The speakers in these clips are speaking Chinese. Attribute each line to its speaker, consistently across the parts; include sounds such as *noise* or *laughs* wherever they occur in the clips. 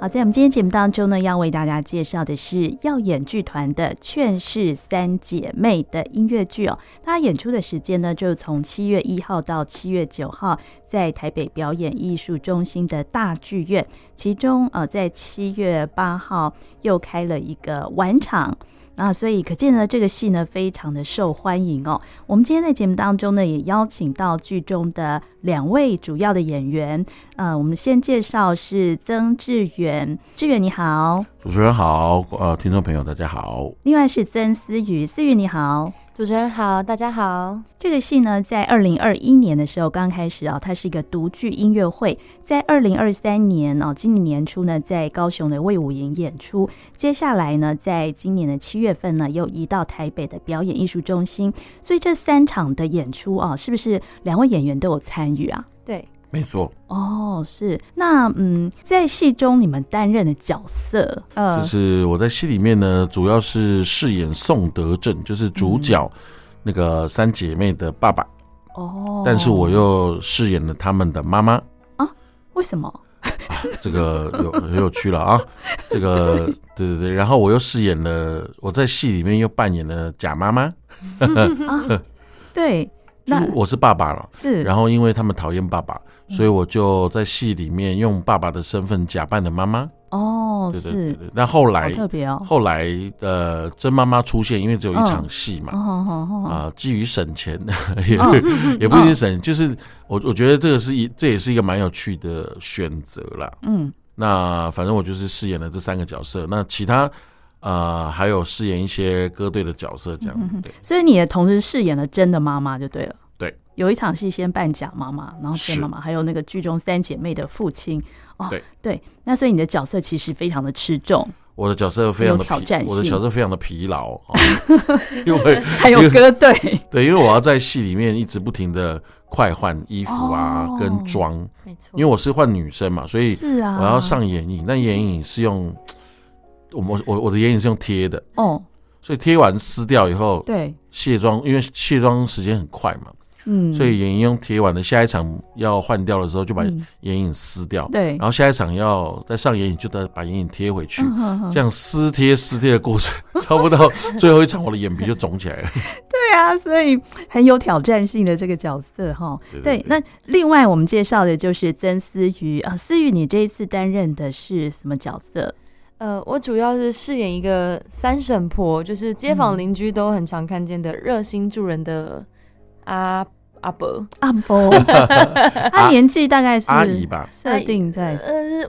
Speaker 1: 好，在我们今天节目当中呢，要为大家介绍的是耀眼剧团的《劝世三姐妹》的音乐剧哦。它演出的时间呢，就从七月一号到七月九号，在台北表演艺术中心的大剧院。其中，呃，在七月八号又开了一个晚场。啊，所以可见呢，这个戏呢非常的受欢迎哦。我们今天在节目当中呢，也邀请到剧中的两位主要的演员。呃，我们先介绍是曾志远，志远你好；
Speaker 2: 主持人好，呃，听众朋友大家好。
Speaker 1: 另外是曾思雨，思雨你好。
Speaker 3: 主持人好，大家好。
Speaker 1: 这个戏呢，在二零二一年的时候刚开始啊，它是一个独剧音乐会。在二零二三年哦，今年年初呢，在高雄的魏武营演出。接下来呢，在今年的七月份呢，又移到台北的表演艺术中心。所以这三场的演出啊，是不是两位演员都有参与啊？
Speaker 3: 对，
Speaker 2: 没错，
Speaker 1: 哦，是。那嗯，在戏中你们担任的角色，
Speaker 2: 就
Speaker 1: 呃，
Speaker 2: 是我在戏里面呢，主要是饰演宋德正，就是主角
Speaker 1: 嗯
Speaker 2: 那个三姐妹的爸爸，
Speaker 1: 哦，
Speaker 2: 但是我又饰演了他们的妈妈，
Speaker 1: 为什么？
Speaker 2: 这个有很有趣了啊。这个对对对，然后我又饰演了，我在戏里面又扮演了假妈妈，
Speaker 1: 啊
Speaker 2: *laughs*
Speaker 1: 对，
Speaker 2: 就
Speaker 1: 那
Speaker 2: 是我是爸爸了。
Speaker 1: 是嗯
Speaker 2: 然后因为他们讨厌爸爸，所以我就在戏里面用爸爸的身份假扮了妈妈。
Speaker 1: 哦，
Speaker 2: 对对对
Speaker 1: 是，
Speaker 2: 对，那后
Speaker 1: 好
Speaker 2: 来
Speaker 1: 特别哦。
Speaker 2: 后来呃，甄妈妈出现，因为只有一场戏
Speaker 1: 哦
Speaker 2: 嘛，
Speaker 1: 哦哦哦
Speaker 2: 啊、基于省钱，也、
Speaker 1: 嗯
Speaker 2: *laughs* 也不一定省，就是我我觉得这个是一这也是一个蛮有趣的选择啦。
Speaker 1: 嗯，
Speaker 2: 那反正我就是饰演了这三个角色，那其他呃还有饰演一些歌队的角色这样。对，
Speaker 1: 所以你也同时饰演了真的妈妈就对了。
Speaker 2: 对，
Speaker 1: 有一场戏先扮假妈妈，然后真妈妈，还有那个剧中三姐妹的父亲。哦，
Speaker 2: 对
Speaker 1: 那所以你的角色其实非常的吃重，
Speaker 2: 我的角色非常
Speaker 1: 有
Speaker 2: 的
Speaker 1: 挑战
Speaker 2: 疲，
Speaker 1: 性
Speaker 2: 我的角色非常的疲劳，
Speaker 1: *laughs*
Speaker 2: 哦因为
Speaker 1: 还有歌
Speaker 2: *laughs*
Speaker 1: 队。
Speaker 2: 对，因为我要在戏里面一直不停的快换衣服啊，
Speaker 1: 哦
Speaker 2: 跟妆，
Speaker 3: 没错。
Speaker 2: 因为我是换女生嘛，所以
Speaker 1: 是啊，
Speaker 2: 我要上眼影，那眼影是用我们我我的眼影是用贴的，
Speaker 1: 哦，
Speaker 2: 所以贴完撕掉以后，
Speaker 1: 对，
Speaker 2: 卸妆，因为卸妆时间很快嘛，
Speaker 1: 嗯，
Speaker 2: 所以眼影用贴完的，下一场要换掉的时候就把
Speaker 1: 嗯
Speaker 2: 眼影撕掉，
Speaker 1: 对
Speaker 2: 然，后下一场要再上眼影，就再把眼影贴回去。
Speaker 1: 嗯哼哼
Speaker 2: 这样撕贴撕贴的过程， *laughs* 差不多到最后一场，我的眼皮就肿
Speaker 1: *laughs*
Speaker 2: 起来了。
Speaker 1: 对啊，所以很有挑战性的这个角色哈。
Speaker 2: 对对
Speaker 1: 对
Speaker 2: 对，
Speaker 1: 那另外我们介绍的就是曾思瑜啊，思瑜，你这一次担任的是什么角色？
Speaker 3: 呃，我主要是饰演一个三婶婆，就是街坊
Speaker 1: 嗯
Speaker 3: 邻居都很常看见的热心助人的阿阿伯。
Speaker 1: 阿伯， *laughs* 他年纪大概是
Speaker 2: 阿姨吧，
Speaker 1: 设定在
Speaker 3: 呃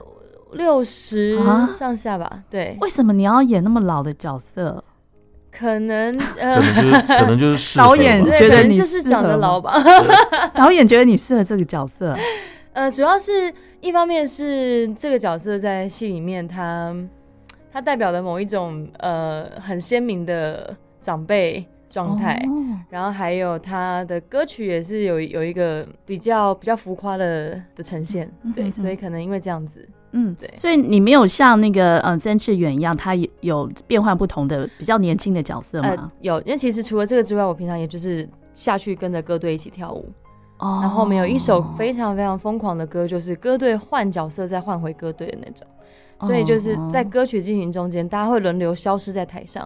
Speaker 3: 六十
Speaker 1: 啊
Speaker 3: 上下吧，对，
Speaker 1: 为什么你要演那么老的角色？*laughs*
Speaker 3: 可能
Speaker 2: 可
Speaker 3: 呃，
Speaker 2: 能就是可能就是适合
Speaker 1: 导演
Speaker 2: 吧
Speaker 3: 对
Speaker 1: 觉得
Speaker 3: 可能
Speaker 1: 你
Speaker 3: 就是
Speaker 1: 适
Speaker 3: 长
Speaker 1: 合
Speaker 3: 得老吧。 *laughs*
Speaker 1: 导演觉得你适合这个角色，
Speaker 3: 呃，主要是一方面是这个角色在戏里面他，他代表了某一种呃很鲜明的长辈状态，
Speaker 1: 哦
Speaker 3: 然后还有他的歌曲也是有有一个比较比较浮夸的的呈现，
Speaker 1: 嗯
Speaker 3: 对，
Speaker 1: 嗯
Speaker 3: 所以可能因为这样子，
Speaker 1: 嗯，
Speaker 3: 对
Speaker 1: 所以你没有像那个嗯曾志远一样，他有有变换不同的比较年轻的角色
Speaker 3: 呃
Speaker 1: 吗？，
Speaker 3: 有，因为其实除了这个之外，我平常也就是下去跟着歌队一起跳舞，
Speaker 1: 哦
Speaker 3: 呃然后我们有一首非常非常疯狂的歌，就是歌队换角色再换回歌队的那种。
Speaker 1: 哦
Speaker 3: 所以就是在歌曲进行中间，大家会轮流消失在台上。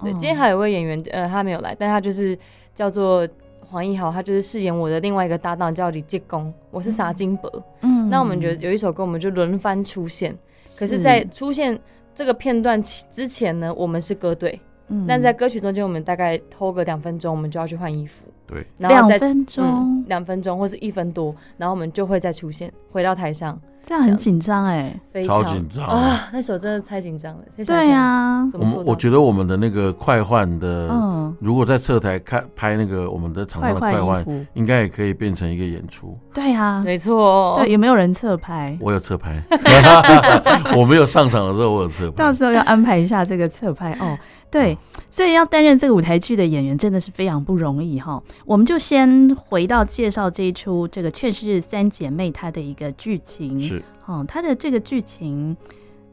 Speaker 1: 哦
Speaker 3: 对，今天还有一位演员，呃，他没有来，但他就是叫做黄义豪，他就是饰演我的另外一个搭档叫李继公，我是撒金伯。
Speaker 1: 嗯
Speaker 3: 那我们觉得有一首歌，我们就轮番出现。可是，在出现这个片段起之前呢，我们是歌队，
Speaker 1: 嗯
Speaker 3: 但在歌曲中间，我们大概偷个两分钟，我们就要去换衣服，
Speaker 2: 对，
Speaker 3: 然后
Speaker 1: 两
Speaker 3: 再
Speaker 1: 分钟
Speaker 3: 嗯，两分钟或是一分多，然后我们就会再出现，回到台上，
Speaker 1: 这样很紧张哎，
Speaker 3: 非
Speaker 2: 超
Speaker 3: 常
Speaker 2: 紧张
Speaker 3: 啊！那首真的太紧张了，现在想
Speaker 1: 对
Speaker 3: 想
Speaker 1: 啊，
Speaker 3: 怎
Speaker 2: 我
Speaker 3: 么
Speaker 2: 们
Speaker 3: 做到
Speaker 2: 我觉得我们的那个快换的，
Speaker 1: 嗯，
Speaker 2: 如果在侧台开拍那个我们的场上
Speaker 1: 快
Speaker 2: 的快
Speaker 1: 换衣
Speaker 2: 换，
Speaker 1: 服，
Speaker 2: 应该也可以变成一个演出。
Speaker 1: 对啊，
Speaker 3: 没
Speaker 2: 哦
Speaker 3: 错，
Speaker 1: 对，，有没有人侧拍？
Speaker 2: 我有侧拍， *laughs* 我没有上场的时候我有嗯侧
Speaker 1: 到
Speaker 2: 拍。
Speaker 1: 时候要安排一下这个侧拍哦。对，所以要担任这个舞台剧的演员真的是非常不容易哈。我们就先回到介绍这一出这个《劝世三姐妹》它的一个剧情。
Speaker 2: 是
Speaker 1: 哦，它的这个剧情，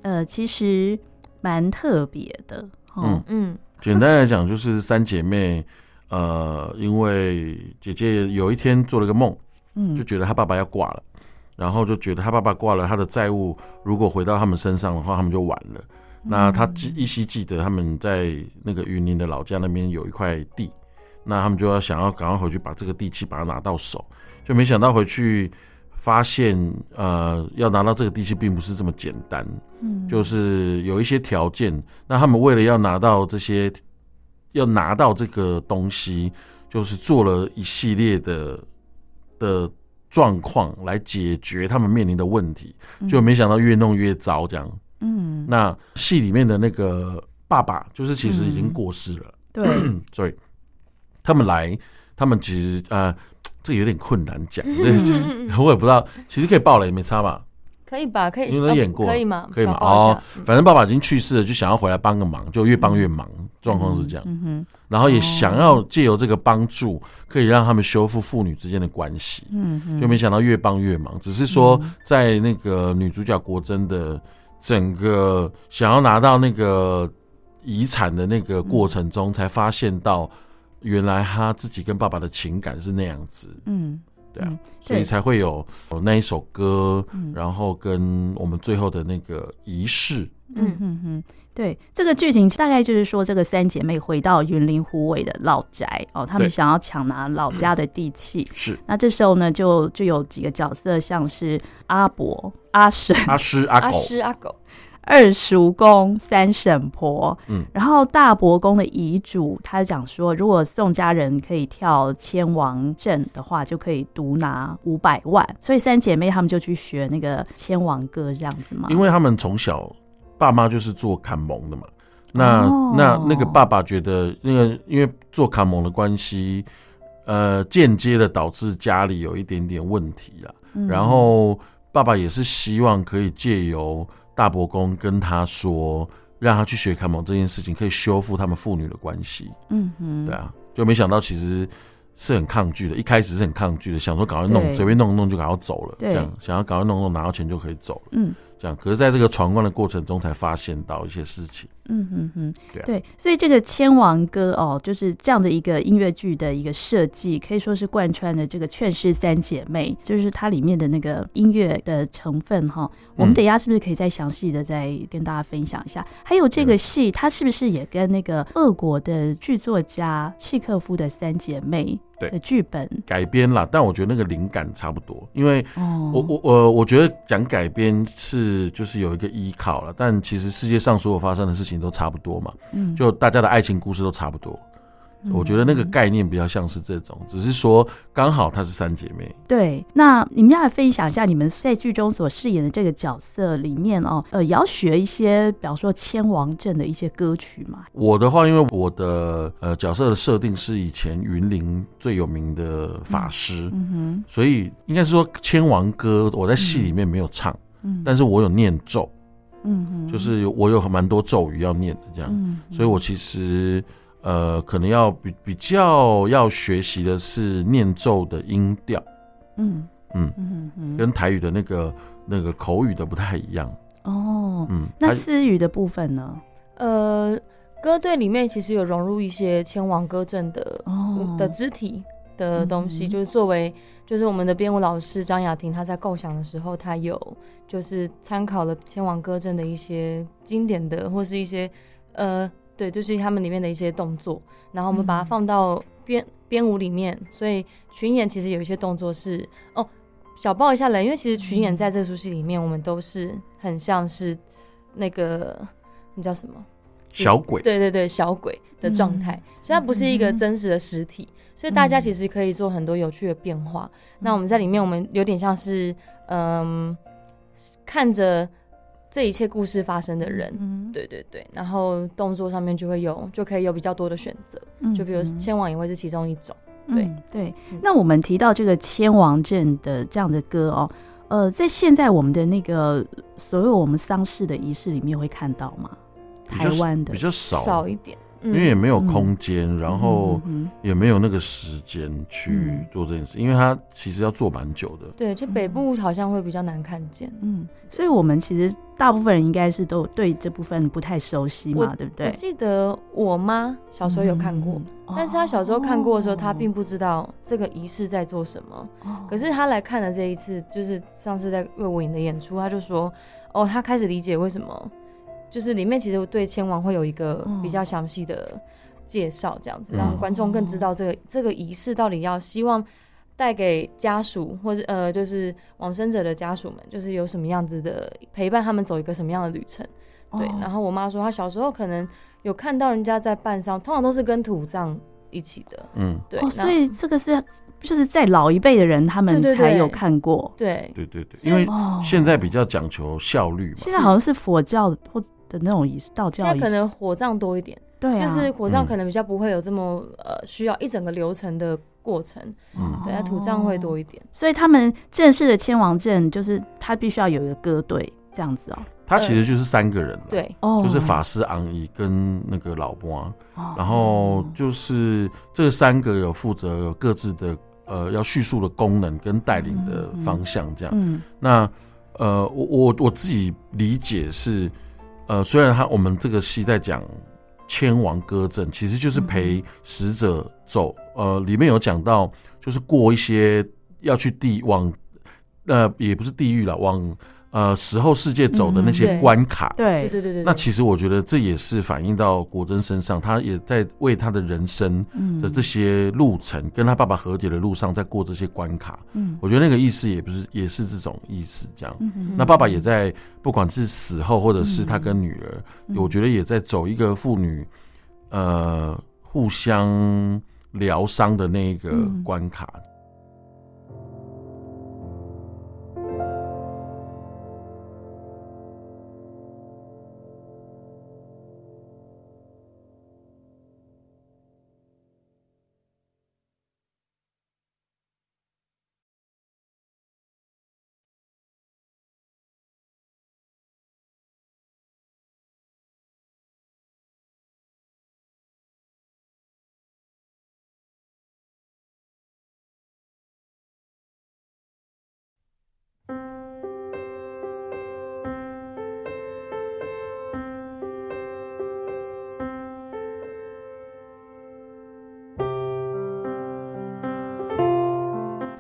Speaker 1: 呃，其实蛮特别的。哦
Speaker 2: 嗯，
Speaker 3: 嗯，
Speaker 2: 简单来讲，就是三姐妹，呃，因为姐姐有一天做了个梦，
Speaker 1: 嗯
Speaker 2: 就觉得她爸爸要挂了，然后就觉得他爸爸挂了，他的债务如果回到他们身上的话，他们就完了。那他记依稀记得他们在那个云林的老家那边有一块地，那他们就要想要赶快回去把这个地契把它拿到手，就没想到回去发现，呃，要拿到这个地契并不是这么简单，
Speaker 1: 嗯
Speaker 2: 就是有一些条件。那他们为了要拿到这些，要拿到这个东西，就是做了一系列的的状况来解决他们面临的问题，就没想到越弄越糟这样。 *clears throat*
Speaker 1: 嗯，
Speaker 2: 那戏里面的那个爸爸，就是其实已
Speaker 1: 嗯
Speaker 2: 经过世了，
Speaker 1: 对，
Speaker 2: 所以他们来，他们其实呃，这有点困难
Speaker 1: *laughs*
Speaker 2: 讲，对我也不知道，其实可以爆了也没差吧，
Speaker 3: 可以吧？可以，
Speaker 2: 因为都演过
Speaker 3: 哦可以吗？
Speaker 2: 可以吗
Speaker 3: 小报一
Speaker 2: 哦
Speaker 3: 下嗯
Speaker 2: 反正爸爸已经去世了，就想要回来帮个忙，就越帮越忙，状况是这样，
Speaker 1: 嗯哼，
Speaker 2: 然后也想要借由这个帮助，可以让他们修复父女之间的关系，
Speaker 1: 嗯哼，
Speaker 2: 就没想到越帮越忙，只是说在那个女主角国珍的整个想要拿到那个遗产的那个过程中，才发现到原来她自己跟爸爸的情感是那样子，
Speaker 1: 嗯，
Speaker 2: 对啊
Speaker 1: 嗯，
Speaker 2: 所以才会有有那一首歌，
Speaker 1: 嗯
Speaker 2: 然后跟我们最后的那个仪式，
Speaker 1: 嗯哼哼，对，这个剧情大概就是说，这个三姐妹回到云林虎尾的老宅哦，她们
Speaker 2: 对
Speaker 1: 想要抢拿老家的地契。 *coughs*
Speaker 2: 是
Speaker 1: 那这时候呢，就就有几个角色，像是阿伯、阿婶、 *laughs*
Speaker 2: 阿诗阿
Speaker 3: 阿
Speaker 2: 狗，
Speaker 3: 诗阿狗，
Speaker 1: 二叔公、三婶婆，
Speaker 2: 嗯，
Speaker 1: 然后大伯公的遗嘱，他讲说，如果宋家人可以跳千王阵的话，就可以独拿五百万，所以三姐妹她们就去学那个千王歌这样子嘛。
Speaker 2: 因为他们从小爸妈就是做砍蒙的嘛。那、
Speaker 1: 哦
Speaker 2: 那那个爸爸觉得，那个因为做砍蒙的关系，呃，间接的导致家里有一点点问题啦。
Speaker 1: 嗯
Speaker 2: 然后爸爸也是希望可以借由大伯公跟他说，让他去学砍蒙这件事情，可以修复他们父女的关系。
Speaker 1: 嗯哼，
Speaker 2: 对啊，就没想到其实是很抗拒的，一开始是很抗拒的，想说赶快弄，
Speaker 1: 对
Speaker 2: 随便弄弄就赶快走了，
Speaker 1: 对
Speaker 2: 这样想要赶快弄弄拿到钱就可以走了，
Speaker 1: 嗯。
Speaker 2: 这样。可是在这个闯关的过程中，才发现到一些事情。
Speaker 1: 嗯哼哼，
Speaker 2: 对啊
Speaker 1: 所以这个《千王歌》哦，就是这样的一个音乐剧的一个设计，可以说是贯穿了这个《劝世三姐妹》，就是它里面的那个音乐的成分哈、
Speaker 2: 嗯
Speaker 1: 我们等一下是不是可以再详细的再跟大家分享一下？还有这个戏，它是不是也跟那个俄国的剧作家契诃夫的《三姐妹》
Speaker 2: 对
Speaker 1: 的剧本
Speaker 2: 改编啦，但我觉得那个灵感差不多，因为
Speaker 1: 哦？
Speaker 2: 我我我我觉得讲改编是就是有一个依靠了，但其实世界上所有发生的事情都差不多嘛，
Speaker 1: 嗯
Speaker 2: 就大家的爱情故事都差不多。
Speaker 1: 嗯
Speaker 2: 我觉得那个概念比较像是这种，只是说刚好她是三姐妹，
Speaker 1: 对，那你们要来分享一下你们在剧中所饰演的这个角色里面哦，呃，也要学一些，比方说千王阵的一些歌曲嘛。
Speaker 2: 我的话，因为我的呃角色的设定是以前云林最有名的法师，
Speaker 1: 嗯
Speaker 2: 所以应该是说《千王歌》我在戏里面没有唱，
Speaker 1: 哼，嗯
Speaker 2: 但是我有念咒，
Speaker 1: 嗯哼，
Speaker 2: 就是有我有蛮多咒语要念的这样，
Speaker 1: 嗯，
Speaker 2: 所以我其实呃可能要比比较要学习的是念咒的音调，
Speaker 1: 嗯
Speaker 2: 嗯
Speaker 1: 嗯嗯嗯
Speaker 2: 跟台语的那个那个口语的不太一样，
Speaker 1: 哦，
Speaker 2: 嗯，
Speaker 1: 那
Speaker 2: 台
Speaker 1: 私语的部分呢？
Speaker 3: 呃，歌队里面其实有融入一些千王歌阵的
Speaker 1: 哦
Speaker 3: 舞的肢体的东西，
Speaker 1: 嗯哼
Speaker 3: 就是作为就是我们的编舞老师张雅婷，她在构想的时候，她有就是参考了《千王歌阵》的一些经典的或是一些呃对，就是他们里面的一些动作，然后我们把它
Speaker 1: 嗯
Speaker 3: 放到编编舞里面，所以群演其实有一些动作是哦。小报一下人，因为其实
Speaker 1: 嗯
Speaker 3: 群演在这出戏里面，我们都是很像是那个那叫什么
Speaker 2: 小鬼，
Speaker 3: 对对对，小鬼的状
Speaker 1: 嗯
Speaker 3: 态，所以它不是一个真实的实体，所以大家其实可以做很多有趣的变化。
Speaker 1: 嗯
Speaker 3: 那我们在里面，我们有点像是嗯，看着这一切故事发生的人。
Speaker 1: 嗯，
Speaker 3: 对对对，然后动作上面就会有，就可以有比较多的选择，
Speaker 1: 嗯
Speaker 3: 就比如
Speaker 1: 嗯
Speaker 3: 千网也会是其中一种。
Speaker 1: 嗯
Speaker 3: 对
Speaker 1: 对
Speaker 3: 嗯。
Speaker 1: 那我们提到这个《千王阵》的这样的歌哦，呃，在现在我们的那个所有我们丧事的仪式里面会看到吗？
Speaker 2: 比
Speaker 1: 台
Speaker 2: 较
Speaker 1: 湾的
Speaker 2: 比较少，
Speaker 3: 少一点，嗯
Speaker 2: 因为也没有空间，然后
Speaker 1: 嗯
Speaker 2: 也没有那个时间去
Speaker 1: 嗯
Speaker 2: 做这件事，因为他其实要做蛮久的。
Speaker 3: 对，就北部好像会比较难看见。
Speaker 1: 嗯，所以我们其实大部分人应该是都对这部分不太熟悉嘛，对不
Speaker 3: 我
Speaker 1: 对？
Speaker 3: 记得我妈小时候有看过，
Speaker 1: 嗯，
Speaker 3: 但是她小时候看过的时
Speaker 1: 哦
Speaker 3: 候，她并不知道这个仪式在做什么。
Speaker 1: 哦
Speaker 3: 可是她来看了这一次，就是上次在魏武营的演出，她就说，哦，她开始理解为什么，就是里面其实对千王会有一个
Speaker 1: 嗯
Speaker 3: 比较详细的介绍，这样子
Speaker 2: 嗯
Speaker 3: 让观众
Speaker 1: 哦
Speaker 3: 更知道这个这个仪式到底要希望。带给家属，或者呃，就是往生者的家属们，就是有什么样子的陪伴他们走一个什么样的旅程。
Speaker 1: 哦
Speaker 3: 对，然后我妈说她小时候可能有看到人家在办丧，通常都是跟土葬一起的，
Speaker 2: 嗯，
Speaker 3: 对，
Speaker 1: 哦，
Speaker 3: 那
Speaker 1: 所以这个是就是在老一辈的人他们
Speaker 3: 对对
Speaker 1: 才
Speaker 3: 对
Speaker 1: 有看过
Speaker 3: 对
Speaker 2: 对对对，
Speaker 3: 现
Speaker 2: 因
Speaker 3: 在
Speaker 2: 为
Speaker 1: 哦。
Speaker 2: 现在比较讲求效率嘛。
Speaker 1: 现在好像是佛教或的那种仪式，道
Speaker 3: 现
Speaker 1: 教
Speaker 3: 在
Speaker 1: 仪式
Speaker 3: 可能火葬多一点，
Speaker 1: 对啊，
Speaker 3: 就是火葬
Speaker 2: 嗯
Speaker 3: 可能比较不会有这么、呃需要一整个流程的过程，
Speaker 2: 嗯
Speaker 1: 哦
Speaker 3: 对，那土葬会多一点，
Speaker 1: 所以他们正式的迁王证就是他必须要有一个歌队这样子哦。
Speaker 2: 他其实就是三个人啦，
Speaker 3: 对，
Speaker 1: 哦，
Speaker 2: 就是法师昂姨跟那个老伯，
Speaker 1: 哦，
Speaker 2: 然后就是这三个有负责有各自的呃要叙述的功能跟带领
Speaker 3: 嗯
Speaker 2: 的方向这样。
Speaker 1: 嗯
Speaker 2: 那呃，我我我自己理解是，呃，虽然他我们这个戏在讲千王歌阵，其实就是
Speaker 3: 嗯
Speaker 2: 陪死者走，呃，里面有讲到就是过一些要去地往，呃，也不是地狱了，往呃死后世界走的那
Speaker 3: 嗯
Speaker 2: 些
Speaker 3: 对
Speaker 2: 关卡。
Speaker 3: 对
Speaker 1: 对，
Speaker 3: 对对对，
Speaker 2: 那
Speaker 3: 对
Speaker 2: 其实我觉得这也是反映到国珍身上，他也在为他的人生
Speaker 1: 嗯
Speaker 2: 的这些路程，跟他爸爸和解的路上，在过这些关卡。
Speaker 1: 嗯
Speaker 2: 我觉得那个意思也不是，也是这种意思这样。
Speaker 1: 嗯哼
Speaker 2: 那爸爸也在，不管是死后或者是他跟女儿，
Speaker 1: 嗯
Speaker 2: 我觉得也在走一个父女，呃，互相疗伤的那个
Speaker 1: 嗯
Speaker 2: 关卡。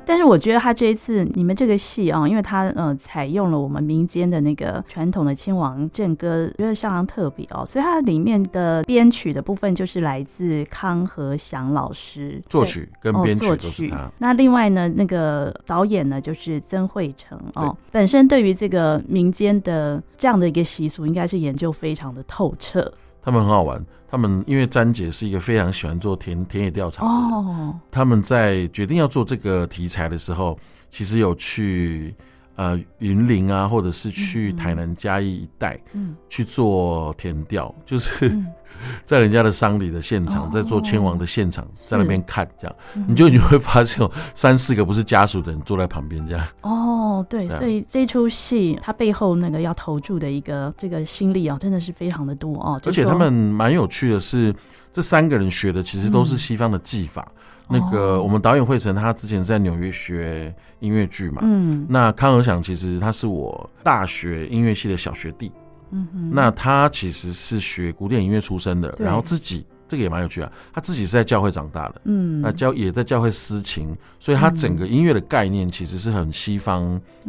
Speaker 1: 但是我觉得他这一次你们这个戏啊、因为他呃采用了我们民间的那个传统的亲王正歌，觉得相当特别哦。所以它里面的编曲的部分就是来自康和祥老师
Speaker 2: 作曲跟
Speaker 1: 哦，
Speaker 2: 编曲
Speaker 1: 作
Speaker 2: 都是他，
Speaker 1: 那另外呢，那个导演呢就是曾慧成哦，本身对于这个民间的这样的一个习俗，应该是研究非常的透彻
Speaker 2: 他们很好玩。他们因为詹姐是一个非常喜欢做田田野调查的人，
Speaker 1: 哦。
Speaker 2: 他们在决定要做这个题材的时候，其实有去呃云林啊，或者是去
Speaker 1: 嗯嗯
Speaker 2: 台南嘉义一带
Speaker 1: 嗯
Speaker 2: 去做田调，就是、
Speaker 1: 嗯，
Speaker 2: *laughs* 在人家的丧礼的现场，
Speaker 1: 哦
Speaker 2: 在做亲王的现场，
Speaker 1: 是
Speaker 2: 在那边看这样，
Speaker 1: 嗯
Speaker 2: *laughs* 你就你会发现哦，三四个不是家属的人坐在旁边这样，
Speaker 1: 哦，对，
Speaker 2: 对啊
Speaker 1: 所以这出戏它背后那个要投注的一个这个心力哦，真的是非常的多哦。
Speaker 2: 而
Speaker 1: 就
Speaker 2: 且
Speaker 1: 说
Speaker 2: 他们蛮有趣的是，这三个人学的其实都是
Speaker 1: 嗯
Speaker 2: 西方的技法。那
Speaker 1: 哦
Speaker 2: 个我们导演惠成他之前是在纽约学音乐剧嘛，
Speaker 1: 嗯
Speaker 2: 那康和祥其实他是我大学音乐系的小学弟，
Speaker 1: 嗯哼
Speaker 2: 那他其实是学古典音乐出身的，
Speaker 1: 对
Speaker 2: 然后自己这个也蛮有趣啊，他自己是在教会长大的。
Speaker 1: 嗯
Speaker 2: 那教也在教会私情，所以他整个音乐的概念其实是很西方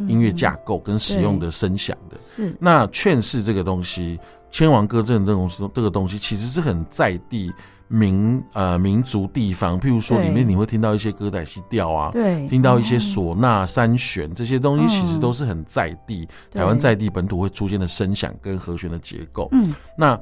Speaker 2: 音乐架构跟使用的声响的。
Speaker 1: 嗯是
Speaker 2: 那劝世这个东西，千王歌阵这种东西这个东西其实是很在地民呃民族地方，譬如说
Speaker 1: 对
Speaker 2: 里面你会听到一些歌仔戏调啊，
Speaker 1: 对
Speaker 2: 听到一些
Speaker 1: 哦
Speaker 2: 唢呐、三弦这些东西，其实
Speaker 1: 嗯
Speaker 2: 都是很在地、
Speaker 1: 对
Speaker 2: 台湾在地本土会出现的声响跟和弦的结构。
Speaker 1: 嗯
Speaker 2: 那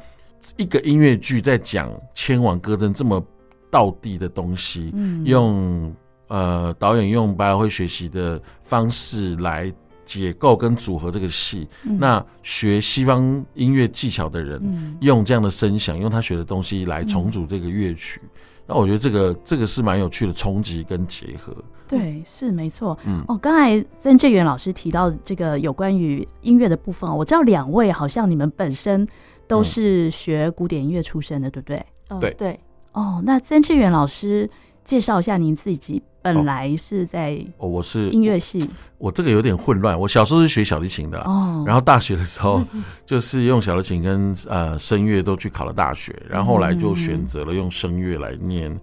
Speaker 2: 一个音乐剧在讲千王歌阵这么道地的东西，
Speaker 1: 嗯
Speaker 2: 用呃导演用百老汇学习的方式来解构跟组合这个戏。
Speaker 1: 嗯
Speaker 2: 那学西方音乐技巧的人，
Speaker 1: 嗯
Speaker 2: 用这样的声响，用他学的东西来重组这个乐曲。那我觉得这个这个是蛮有趣的冲击跟结合，
Speaker 1: 对是没错，
Speaker 2: 嗯，
Speaker 1: 哦，刚才曾志远老师提到这个有关于音乐的部
Speaker 2: 嗯
Speaker 1: 分哦，我知道两位好像你们本身都是学古典音乐出身的，对不对？
Speaker 3: 嗯
Speaker 2: 对
Speaker 3: 对，
Speaker 1: 哦，那曾志远老师介绍一下您自己，本来是在
Speaker 2: 哦，我是
Speaker 1: 音乐系
Speaker 2: 我这个有点混乱。我小时候是学小提琴的啊、
Speaker 1: 哦，嗯
Speaker 2: 然后大学的时候， *laughs* 就是用小提琴跟呃声乐都去考了大学，然后后来
Speaker 1: 嗯
Speaker 2: 就选择了用声乐来念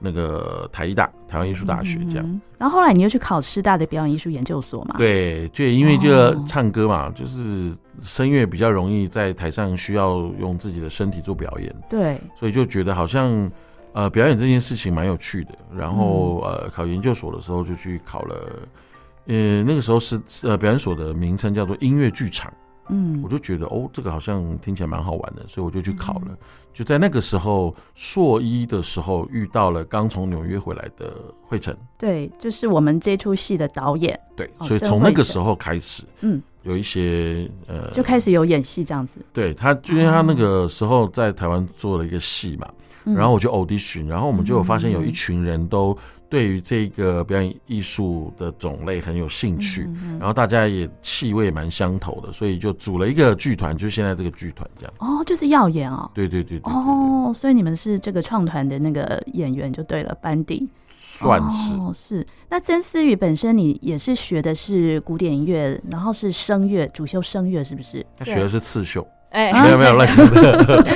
Speaker 2: 那个台艺大台湾艺术大学这样。
Speaker 1: 嗯然后后来你又去考师大的表演艺术研究所嘛？，
Speaker 2: 对，就因为这
Speaker 1: 哦
Speaker 2: 唱歌嘛，就是声乐比较容易在台上需要用自己的身体做表演，
Speaker 1: 对，
Speaker 2: 所以就觉得好像呃表演这件事情蛮有趣的。然后
Speaker 1: 嗯
Speaker 2: 呃考研究所的时候就去考了，呃那个时候是呃表演所的名称叫做音乐剧场。
Speaker 1: 嗯
Speaker 2: 我，就觉得哦，这个好像听起来蛮好玩的，所以我就去考
Speaker 1: 嗯
Speaker 2: 了。就在那个时候，硕一的时候遇到了刚从纽约回来的惠成，
Speaker 1: 对，就是我们这出戏的导演，
Speaker 2: 对，
Speaker 1: 哦
Speaker 2: 所以从那个时候开始，
Speaker 1: 嗯，
Speaker 2: 有一些呃，
Speaker 1: 就开始有演戏这样子。
Speaker 2: 对他，因为他那个时候在台湾做了一个戏嘛，
Speaker 1: 嗯
Speaker 2: 然后我就 audition，然后我们就有发现有一
Speaker 1: 嗯
Speaker 2: 群人都对于这个表演艺术的种类很有兴趣。
Speaker 1: 嗯嗯嗯
Speaker 2: 然后大家也气味蛮相投的，所以就组了一个剧团，就现在这个剧团这样。
Speaker 1: 哦，就是耀眼哦。
Speaker 2: 对对对对对对
Speaker 1: 哦，所以你们是这个创团的那个演员就对了，班底
Speaker 2: 算是。
Speaker 1: 哦、是。那曾思雨本身你也是学的是古典音乐，然后是声乐，主修声乐是不是？
Speaker 2: 他学的是刺绣，
Speaker 3: 哎、
Speaker 2: 没有
Speaker 3: *laughs*
Speaker 2: 没有乱讲的。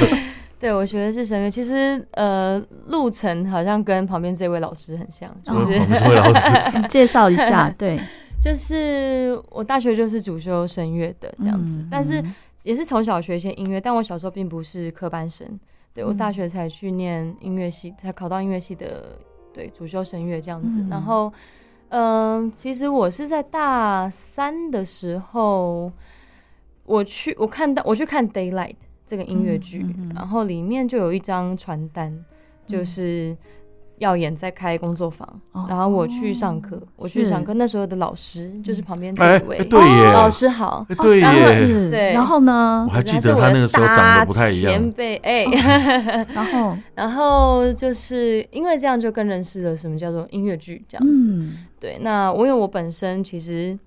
Speaker 3: 对我学的是声乐，其实呃路程好像跟旁边这位老师很像，就
Speaker 2: 我
Speaker 3: 是、
Speaker 1: 哦
Speaker 2: 们是会老师，
Speaker 1: 介绍一下，对，
Speaker 3: *laughs* 就是我大学就是主修声乐的这样子，
Speaker 1: 嗯
Speaker 3: 但是
Speaker 1: 嗯
Speaker 3: 也是从小学一些音乐，但我小时候并不是科班生，对我
Speaker 1: 嗯
Speaker 3: 大学才去念音乐系，才考到音乐系的对主修声乐这样子。
Speaker 1: 嗯
Speaker 3: 然后，嗯、其实我是在大三的时候，我去我看到我去看《Daylight》这个音乐剧，
Speaker 1: 嗯嗯嗯
Speaker 3: 然后里面就有一张传单，就是。耀眼在开工作坊，
Speaker 1: 哦
Speaker 3: 然后我去上课，我去
Speaker 1: 是
Speaker 3: 上课。那时候的老师就是旁边
Speaker 2: 哎
Speaker 3: 这位、哦
Speaker 2: 哎对耶
Speaker 3: 老师好，
Speaker 2: 哎对
Speaker 3: 然后嗯
Speaker 2: 耶，
Speaker 1: 是
Speaker 3: 对
Speaker 1: 哦然后呢
Speaker 2: 我？还啊记得他那个时候长得不太一
Speaker 3: 他是我的大前
Speaker 2: 样，哦
Speaker 3: 辈哎，
Speaker 1: 然后，
Speaker 3: *laughs* 然后就是因为这样就更认识了什么叫做音乐剧这样子。
Speaker 1: 嗯，
Speaker 3: 对，那我因为我本身其实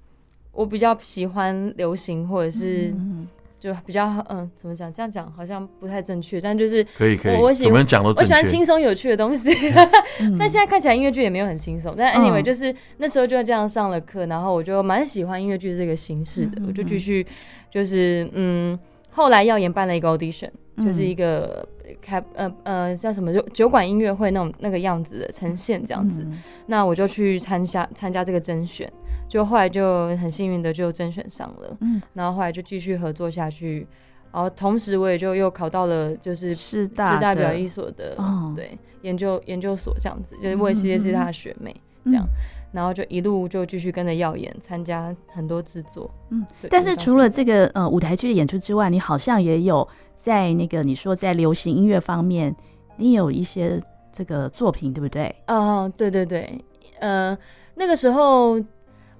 Speaker 3: 我比较喜欢流行或者是
Speaker 1: 嗯
Speaker 3: 就比较嗯、怎么讲？这样讲好像不太正确，但就是
Speaker 2: 可以可
Speaker 3: 我我
Speaker 2: 以，
Speaker 3: 喜
Speaker 2: 怎么讲都
Speaker 3: 我
Speaker 2: 正
Speaker 3: 喜欢
Speaker 2: 确。
Speaker 3: 轻松有趣的
Speaker 2: *laughs*
Speaker 3: 东西。 *laughs*
Speaker 1: 嗯
Speaker 3: 但现在看起来音乐剧也没有很轻松，但 anyway、
Speaker 1: 嗯
Speaker 3: 就是那时候就这样上了课，然后我就蛮喜欢音乐剧这个形式的，
Speaker 1: 嗯嗯嗯
Speaker 3: 我就继续就是嗯，后来耀眼办了一个 audition，、就是
Speaker 1: 嗯
Speaker 3: 一个呃开呃呃叫什么就酒馆音乐会那种那个样子的呈现这
Speaker 1: 这
Speaker 3: 样子，，
Speaker 1: 嗯
Speaker 3: 那我就去参加参加这个甄选，就后来就很幸运的就甄选上了，
Speaker 1: 嗯
Speaker 3: 然后后来就继续合作下去，然后同时我也就又考到了就是
Speaker 1: 师大
Speaker 3: 师大表
Speaker 1: 的
Speaker 3: 艺所的、
Speaker 1: 哦
Speaker 3: 对研究研究所这样子，就是我也是也是他的学妹
Speaker 1: 嗯
Speaker 3: 这样，然后就一路就继续跟着耀眼参加很多制作。
Speaker 1: 嗯
Speaker 3: 对，
Speaker 1: 但是除了
Speaker 3: 就
Speaker 1: 这
Speaker 3: 是
Speaker 1: 个呃舞台剧的演出之外，你好像也有在那个你说在流行音乐方面，你也有一些这个作品，对不对？
Speaker 3: 到现在哦，对对对，呃，那个时候。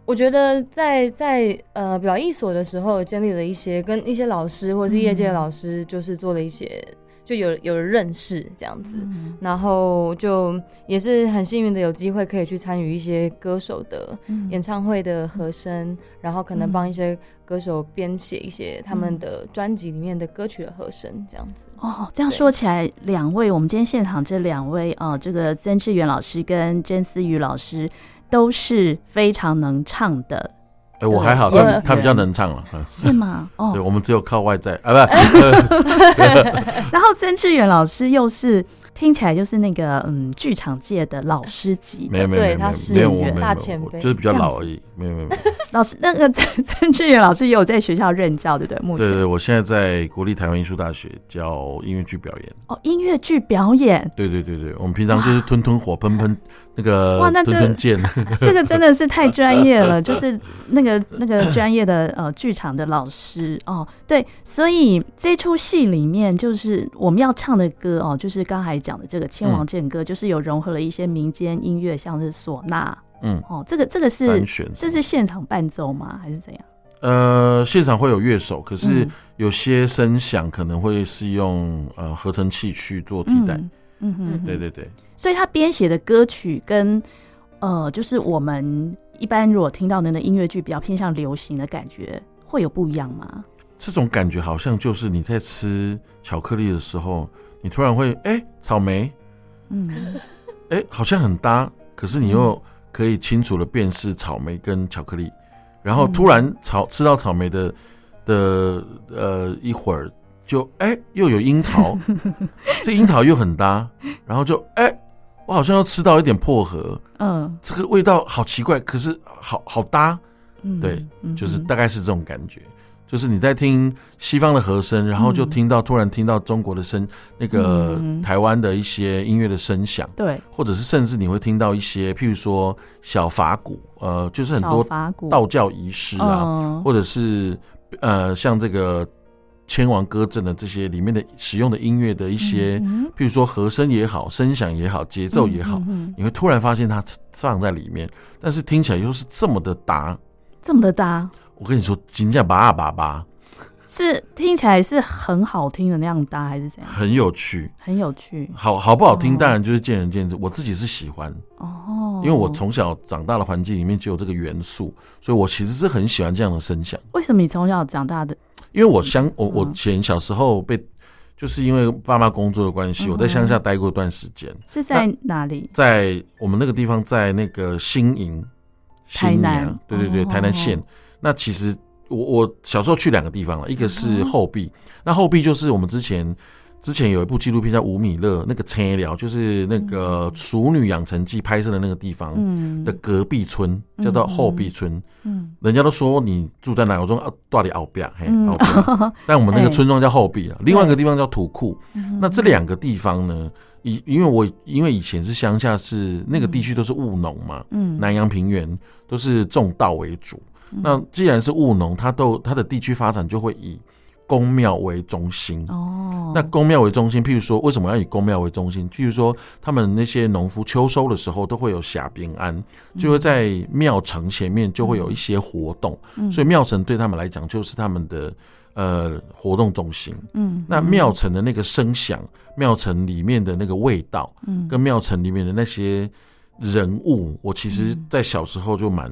Speaker 3: 我觉得在在呃表艺所的时候，建立了一些跟一些老师或是业界
Speaker 1: 嗯
Speaker 3: 的老师，就是做了一些就有有了认识这样子，
Speaker 1: 嗯
Speaker 3: 然后就也是很幸运的有机会可以去参与一些歌手的
Speaker 1: 嗯
Speaker 3: 演唱会的和声，然后可能
Speaker 1: 嗯
Speaker 3: 帮一些歌手编写一些他们的专辑里面的歌曲的和声，这样子。
Speaker 1: 哦，这样
Speaker 3: 对
Speaker 1: 说起来，两位我们今天现场这两位呃，这个曾志远老师跟甄思雨老师都是非常能唱的，
Speaker 2: 哎，我还好，
Speaker 1: 对
Speaker 2: 他
Speaker 1: 对
Speaker 2: 他比较能唱了。嗯
Speaker 1: 是
Speaker 2: *laughs*
Speaker 1: 吗？
Speaker 2: 对，
Speaker 1: 哦，
Speaker 2: 我们只有靠外在啊，不，
Speaker 1: 然后曾志远老师又是听起来就是那个嗯剧场界的老师级
Speaker 2: 没有
Speaker 1: 的
Speaker 2: 没有没
Speaker 3: 对
Speaker 2: 有没
Speaker 3: 他
Speaker 2: 有
Speaker 3: 是
Speaker 2: 没有我没有
Speaker 3: 大
Speaker 2: 没
Speaker 3: 前
Speaker 2: 有，我
Speaker 3: 辈
Speaker 2: 就是比较
Speaker 1: 这样
Speaker 2: 老而已。没有没有没有，
Speaker 1: 老师，那个曾 *laughs* 曾志远老师也有在学校任教，对不对？目
Speaker 2: 对
Speaker 1: 前
Speaker 2: 对，我现在在国立台湾艺术大学教音乐剧表演。
Speaker 1: 哦，音乐剧表演
Speaker 2: 对对对对，我们平常就是吞吞火
Speaker 1: *laughs*
Speaker 2: 喷喷那个
Speaker 1: 哇那
Speaker 2: 吞
Speaker 1: 这
Speaker 2: 吞
Speaker 1: *laughs*
Speaker 2: 剑，
Speaker 1: 这个真的是太专业了，就是那个那个专业的呃剧场的老师哦，对，所以这出戏里面就是我们要唱的歌哦，就是刚才讲的这个《千王
Speaker 2: 嗯
Speaker 1: 镇歌》，就是有融合了一些民间音乐，像是唢呐
Speaker 2: 嗯，
Speaker 1: 哦，这个这个是
Speaker 2: 三弦。
Speaker 1: 这是现场伴奏吗？还是怎样？
Speaker 2: 呃，现场会有乐手，可是
Speaker 1: 嗯
Speaker 2: 有些声响可能会是用呃合成器去做替代。
Speaker 1: 嗯嗯嗯，
Speaker 2: 对对对，
Speaker 1: 所以他编写的歌曲跟呃，就是我们一般如果听到的那音乐剧比较偏向流行的感觉，会有不一样吗？
Speaker 2: 这种感觉好像就是你在吃巧克力的时候，你突然会哎、草莓，
Speaker 1: 嗯，
Speaker 2: 哎、好像很搭，可是你又可以清楚的辨识草莓跟巧克力，然后
Speaker 1: 嗯
Speaker 2: 突然草吃到草莓的的呃一会儿就哎、又有樱
Speaker 1: *laughs*
Speaker 2: 桃，这樱桃又很搭，然后就哎、我好像又吃到一点薄荷，
Speaker 1: *laughs* 嗯，
Speaker 2: 这个味道好奇怪，可是好好搭，
Speaker 1: 嗯
Speaker 2: 对，
Speaker 1: 嗯
Speaker 2: 就是
Speaker 1: 哼
Speaker 2: 大概是这种感觉。就是你在听西方的和声，然后就
Speaker 1: 嗯
Speaker 2: 听到突然听到中国的声，那个
Speaker 1: 嗯
Speaker 2: 台湾的一些音乐的声响，
Speaker 1: 对，
Speaker 2: 或者是甚至你会听到一些，譬如说小法鼓，呃，就是很
Speaker 1: 小
Speaker 2: 多
Speaker 1: 法鼓
Speaker 2: 道教仪式啊，
Speaker 1: 嗯
Speaker 2: 或者是呃，像这个千王歌阵的这些里面的使用的音乐的一些，
Speaker 1: 嗯
Speaker 2: 譬如说和声也好，声响也好，节奏也好，，
Speaker 1: 嗯嗯嗯
Speaker 2: 你会突然发现它放在里面，但是听起来又是这么的搭。
Speaker 1: 这么的搭，
Speaker 2: 我跟你说，金价拔啊拔拔，
Speaker 1: 是听起来是很好听的那样搭，还是怎样？
Speaker 2: 很有趣。
Speaker 1: 很有趣
Speaker 2: 好好不好听，
Speaker 1: 哦
Speaker 2: 当然就是见仁见智。我自己是喜欢，
Speaker 1: 哦。
Speaker 2: 因为我从小长大的环境里面就有这个元素，所以我其实是很喜欢这样的声响。
Speaker 1: 为什么你从小长大的？
Speaker 2: 因为我乡我我
Speaker 1: 嗯
Speaker 2: 以前小时候被，就是因为爸妈工作的关系，
Speaker 1: 嗯
Speaker 2: 我在乡下待过一段时间，
Speaker 1: 是在哪里？
Speaker 2: 在我们那个地方，在那个新营，
Speaker 1: 台
Speaker 2: 新
Speaker 1: 南
Speaker 2: 营对对对，
Speaker 1: 哦
Speaker 2: 台南县。那其实我我小时候去两个地方
Speaker 1: 嗯
Speaker 2: 了，一个是后壁，那后壁就是我们之前。之前有一部纪录片叫《吴米勒》，那个车寮就是那个《熟女养成记》拍摄的那个地方
Speaker 1: 嗯
Speaker 2: 的隔壁村，叫做后壁村。
Speaker 1: 嗯
Speaker 2: 人家都说你住在哪，我说啊，到底后壁，嘿，
Speaker 1: 嗯
Speaker 2: 后壁。但我们那个村庄叫后壁啊，另外一个地方叫土库。
Speaker 1: *laughs* 嗯
Speaker 2: 那这两个地方呢，以因为我因为以前是乡下是那个地区都是务农嘛，
Speaker 1: 嗯
Speaker 2: 南洋平原都是种稻为主。
Speaker 1: 嗯
Speaker 2: 那既然是务农，它都它的地区发展就会以公庙为中心。
Speaker 1: 哦，
Speaker 2: 那公庙为中心，譬如说，为什么要以公庙为中心？譬如说，他们那些农夫秋收的时候，都会有下平安，
Speaker 1: 嗯
Speaker 2: 就会在庙城前面就会有一些活动，
Speaker 1: 嗯
Speaker 2: 所以庙城对他们来讲就是他们的呃活动中心。
Speaker 1: 嗯
Speaker 2: 那庙城的那个声响，庙城里面的那个味道，
Speaker 1: 嗯
Speaker 2: 跟庙城里面的那些人物，我其实
Speaker 1: 嗯
Speaker 2: 在小时候就蛮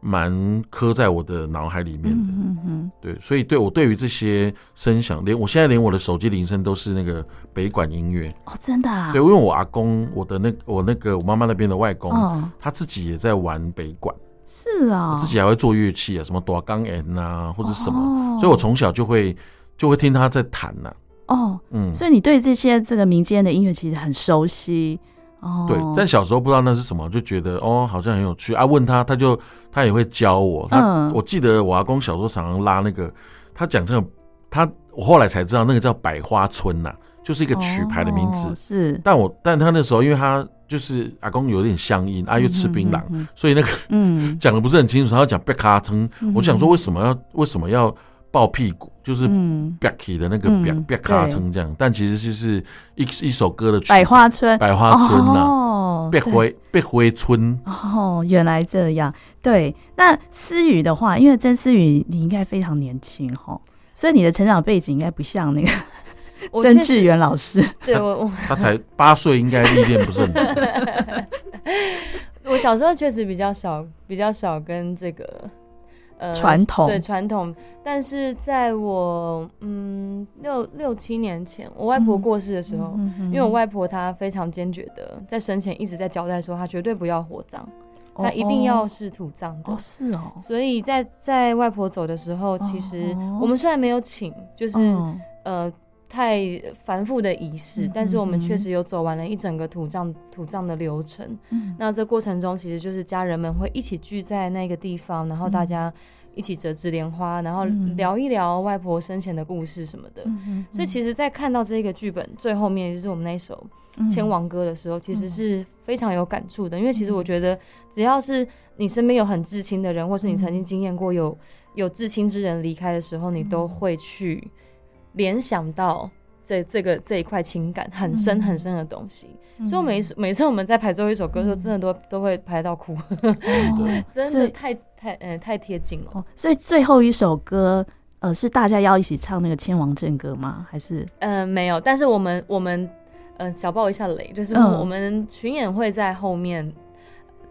Speaker 2: 蛮刻在我的脑海里面的。
Speaker 1: 嗯嗯
Speaker 2: 对，所以对我对于这些声响，连我现在连我的手机铃声都是那个北管音乐。
Speaker 1: 哦，真的啊
Speaker 2: 对，，因为我阿公，我的那我那个我妈妈那边的外公，
Speaker 1: 哦，
Speaker 2: 他自己也在玩北管，
Speaker 1: 是啊，
Speaker 2: 他自己还会做乐器啊，什么多钢琴啊，或者什么，
Speaker 1: 么
Speaker 2: 所以我从小就会就会听他在弹呐、
Speaker 1: 哦，
Speaker 2: 嗯，
Speaker 1: 所以你对这些这个民间的音乐其实很熟悉哦。
Speaker 2: 对，但小时候不知道那是什么，就觉得哦，好像很有趣啊。问他，他就他也会教我。他、
Speaker 1: 嗯
Speaker 2: 我记得我阿公小时候常常拉那个，他讲这个，他我后来才知道那个叫百花村呐、就是一个曲牌的名字。
Speaker 1: 哦是
Speaker 2: 但我但他那时候，因为他就是阿公有点乡音，啊又吃槟榔，
Speaker 1: 嗯
Speaker 2: 所以那个 *laughs*
Speaker 1: 嗯，
Speaker 2: 讲的不是很清楚。他讲贝卡村，
Speaker 1: 嗯
Speaker 2: *laughs* 我想说为什么要为什么要抱屁股，就是
Speaker 1: 嗯，
Speaker 2: 贝 k 的那个贝
Speaker 1: 嗯
Speaker 2: 贝卡
Speaker 1: 对
Speaker 2: 村这样，但其实就是一一首歌的曲
Speaker 1: 百花村，
Speaker 2: 百花村呐、
Speaker 1: 哦，
Speaker 2: *laughs* 被灰被灰村，
Speaker 1: 哦，原来这样。对，那思雨的话，因为曾思雨你应该非常年轻哈，所以你的成长背景应该不像那个
Speaker 3: 我
Speaker 1: 曾
Speaker 3: 确
Speaker 1: 志
Speaker 3: 实
Speaker 1: 远老师。
Speaker 3: 对我我
Speaker 2: 他才八岁，应该历练不是
Speaker 1: *laughs*
Speaker 2: 很多。
Speaker 3: *laughs* 我小时候确实比较少，比较少跟这个呃
Speaker 1: 传统
Speaker 3: 对传统，但是在我嗯六六七年前，我外婆
Speaker 1: 嗯
Speaker 3: 过世的时候，
Speaker 1: 嗯哼
Speaker 3: 因为我外婆她非常坚决的在生前一直在交代说，她绝对不要火葬，她一定要
Speaker 1: 哦
Speaker 3: 是土葬的。
Speaker 1: 哦是哦，
Speaker 3: 所以在在外婆走的时候，其实
Speaker 1: 哦
Speaker 3: 我们虽然没有请，就是、
Speaker 1: 嗯
Speaker 3: 呃太繁复的仪式，
Speaker 1: 嗯
Speaker 3: 但是我们
Speaker 1: 嗯
Speaker 3: 确实有走完了一整个土葬土葬的流程。
Speaker 1: 嗯
Speaker 3: 那这过程中，其实就是家人们会一起聚在那个地方，然后大家一起折枝莲花，然后
Speaker 1: 嗯
Speaker 3: 聊一聊外婆生前的故事什么的。
Speaker 1: 嗯
Speaker 3: 所以其
Speaker 1: 实
Speaker 3: 实，在看到这个剧本最后面，也就是我们那一首
Speaker 1: 嗯
Speaker 3: 《千王歌》的时候，其实是非常有感触的。因为其实
Speaker 1: 嗯
Speaker 3: 我觉得，只要是你身边有很至亲的人，或是你曾经经验过有
Speaker 1: 嗯
Speaker 3: 有至亲之人离开的时候，你都会去联想到这这个这一块情感很深
Speaker 1: 嗯
Speaker 3: 很深的东西。所以我每一次每次我们在排最后一首歌的时候，
Speaker 1: 嗯
Speaker 3: 真的都都会排到哭，
Speaker 1: 哦
Speaker 3: 真
Speaker 1: 所
Speaker 3: 的
Speaker 1: 以
Speaker 3: 太太嗯、太贴近了。
Speaker 1: 哦，所以最后一首歌，呃，是大家要一起唱那个《千王正歌》吗？还是
Speaker 3: 嗯、没有，但是我们我们嗯、呃小爆一下雷，就是
Speaker 1: 嗯
Speaker 3: 我们巡演会在后面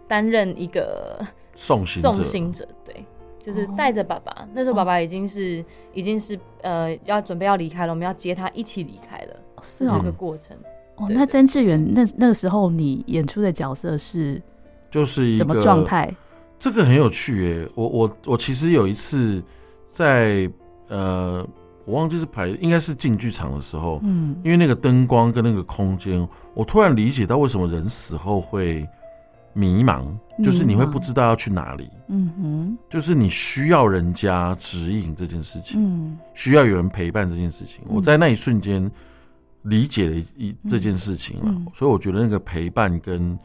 Speaker 3: 担任一个
Speaker 2: 送行者，
Speaker 3: 送行者，对，就是
Speaker 1: 哦
Speaker 3: 带着爸爸。那时候爸爸已经是已经是呃要准备要离开了，我们要接他一起离开了。
Speaker 1: 是
Speaker 3: 这
Speaker 1: 哦
Speaker 3: 个过程。
Speaker 1: 哦，
Speaker 3: 对
Speaker 1: 那
Speaker 3: 对
Speaker 1: 曾志远那那个时候你演出的角色是
Speaker 2: 就是一
Speaker 1: 什么
Speaker 2: 个
Speaker 1: 状态？
Speaker 2: 这个很有趣耶、我我我其实有一次在呃，我忘记是排，应该是进剧场的时候，
Speaker 1: 嗯，
Speaker 2: 因为那个灯光跟那个空间，我突然理解到为什么人死后会迷茫，就是你会不知道要去哪里，
Speaker 1: 嗯
Speaker 2: 就是你需要人家指引这件事
Speaker 1: 哼，
Speaker 2: 情，
Speaker 1: 嗯
Speaker 2: 需要有人陪伴这件事情。
Speaker 1: 嗯
Speaker 2: 我在那一瞬间理解了一一
Speaker 1: 嗯
Speaker 2: 这件事情了
Speaker 1: 嗯，
Speaker 2: 所以我觉得那个陪伴跟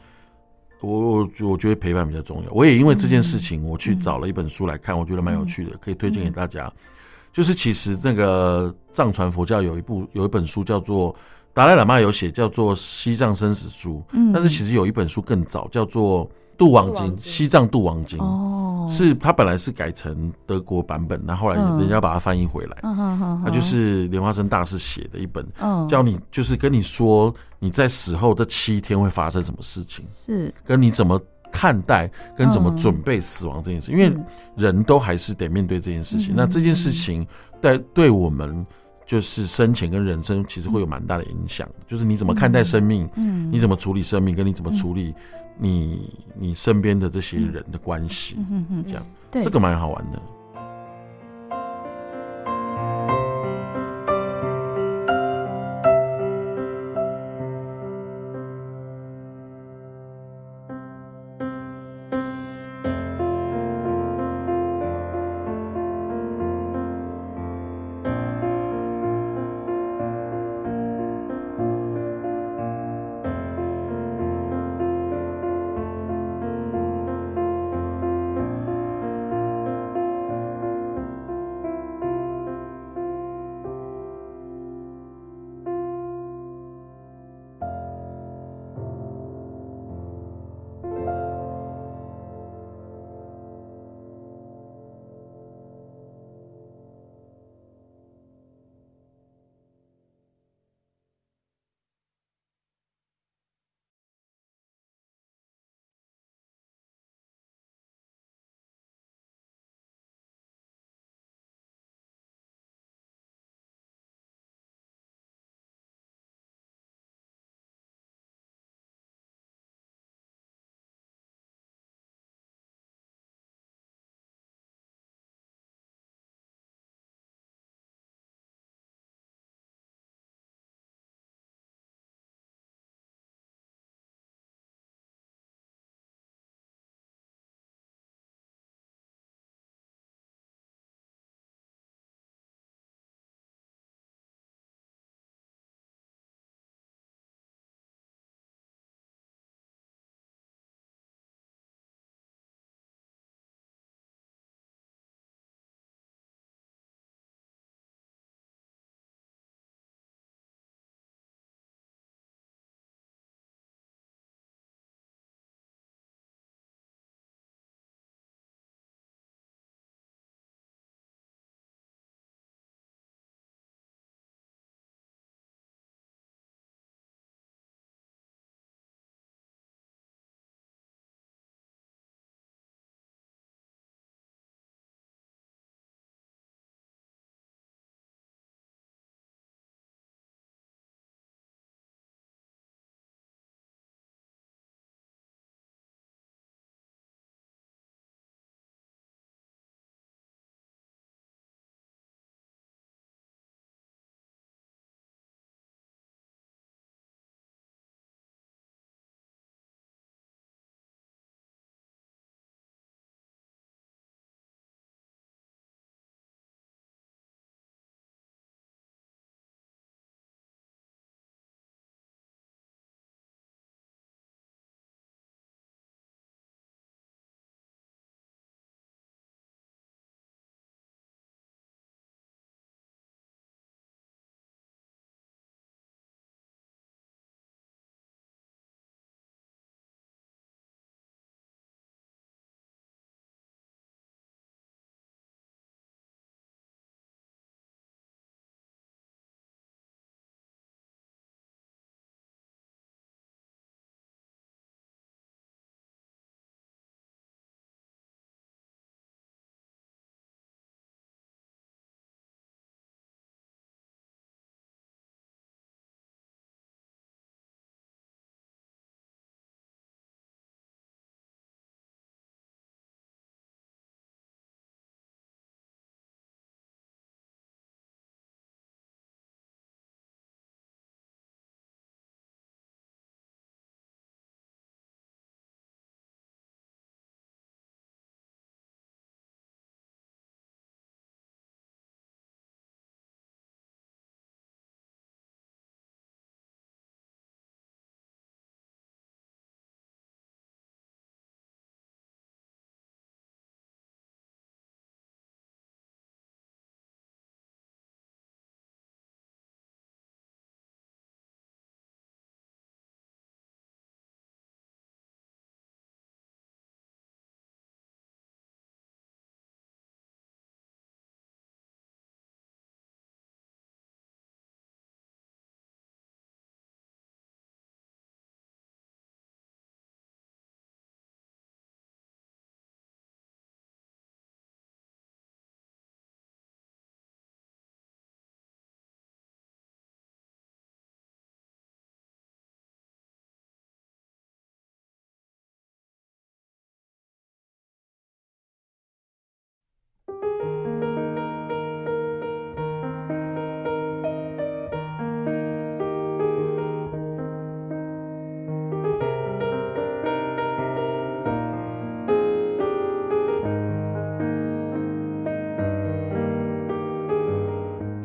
Speaker 2: 我我我觉得陪伴比较重要。我也因为这件事
Speaker 1: 嗯
Speaker 2: 情，我去找了一本书来看，我觉得蛮有趣的，可以推荐给大家。就是其实那个藏传佛教有一部有一本书叫做达赖喇嘛有写叫做《西藏生死书》，
Speaker 1: 嗯，
Speaker 2: 但是其实有一本书更早叫做《度王
Speaker 3: 度
Speaker 2: 经
Speaker 3: 王》，经
Speaker 2: 西藏度王经。
Speaker 1: 哦，
Speaker 2: 是它本来是改成德国版本，然后后来
Speaker 1: 嗯
Speaker 2: 人家把它翻译回来，
Speaker 1: 嗯哼哼，
Speaker 2: 它就是莲花生大师写的一本，
Speaker 1: 嗯
Speaker 2: 教你就是跟你说你在死后这七天会发生什么事情，
Speaker 1: 是
Speaker 2: 跟你怎么看待，跟怎么
Speaker 1: 嗯
Speaker 2: 准备死亡这件事，因为
Speaker 1: 是
Speaker 2: 人都还是得面对这件事情。
Speaker 1: 嗯
Speaker 2: 那这件事情在对我们就是生前跟人生其实会有蛮大的影响，就是你怎么看待生命，
Speaker 1: 嗯，
Speaker 2: 你怎
Speaker 1: 么
Speaker 2: 么处理生命，跟你怎么处理你你身边的这些人的关系，
Speaker 1: 嗯哼哼
Speaker 2: 这样
Speaker 1: 对
Speaker 2: 这个蛮好玩的。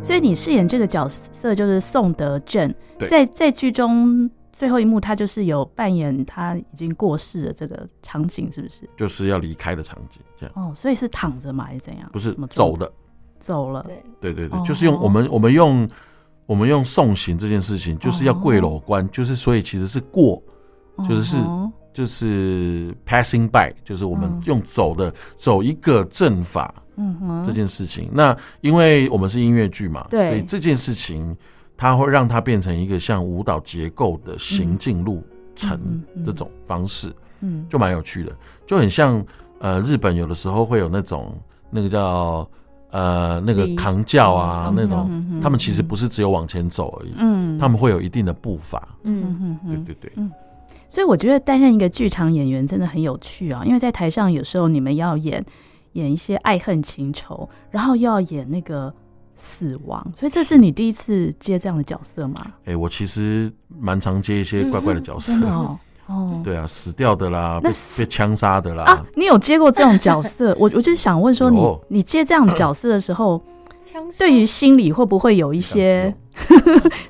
Speaker 1: 所以你饰演这个角色就是宋德正
Speaker 2: 对，
Speaker 1: 在在剧中最后一幕，他就是有扮演他已经过世的这个场景，是不是？
Speaker 2: 就是要离开的场景，这样
Speaker 1: 哦，所以是躺着嘛，还是怎样？
Speaker 2: 不是
Speaker 1: 怎么做
Speaker 2: 走的，
Speaker 1: 走了，
Speaker 3: 嗯对，
Speaker 2: 对对对，
Speaker 1: 哦
Speaker 2: 就是用我们我们用我们用送行这件事情，就是
Speaker 1: 哦
Speaker 2: 要跪楼观，就是所以其实是过，就是是
Speaker 1: 哦
Speaker 2: 就是 passing by，就是我们
Speaker 1: 嗯
Speaker 2: 用走的走一个阵法
Speaker 1: 嗯哼，
Speaker 2: 这件事情。那因为我们是音乐剧嘛，
Speaker 1: 对
Speaker 2: 所以这件事情它会让它变成一个像舞蹈结构的行进路程
Speaker 1: 嗯嗯嗯
Speaker 2: 这种方式，
Speaker 1: 嗯
Speaker 2: 就蛮有趣的，就很像呃日本有的时候会有那种那个叫呃那个
Speaker 3: 礼仪
Speaker 2: 扛轿啊
Speaker 3: 嗯
Speaker 2: 那
Speaker 3: 扛
Speaker 2: 种。
Speaker 1: 嗯哼
Speaker 2: 他们其实不是只有往前走而已，
Speaker 1: 嗯
Speaker 2: 他们会有一定的步伐。
Speaker 1: 嗯
Speaker 3: 嗯，
Speaker 1: 哼
Speaker 2: 对
Speaker 1: 哼，
Speaker 2: 对对，
Speaker 1: 所以我觉得担任一个剧场演员真的很有趣啊，因为在台上有时候你们要演演一些爱恨情仇，然后又要演那个死亡，所以这是你第一次接这样的角色吗？
Speaker 2: 哎，我其实蛮常接一些怪怪的角色
Speaker 1: 真，的哦，哦。
Speaker 2: 对啊，死掉的啦，
Speaker 1: 那
Speaker 2: 被
Speaker 1: 死
Speaker 2: 被枪杀的啦，
Speaker 1: 啊，你有接过这种角
Speaker 2: *laughs*
Speaker 1: 色？我我就想问说你，
Speaker 2: 有
Speaker 1: 你接这样的角色的时候，
Speaker 2: *coughs*
Speaker 3: 枪杀
Speaker 1: 对于心理会不会有一
Speaker 2: 一
Speaker 1: 些，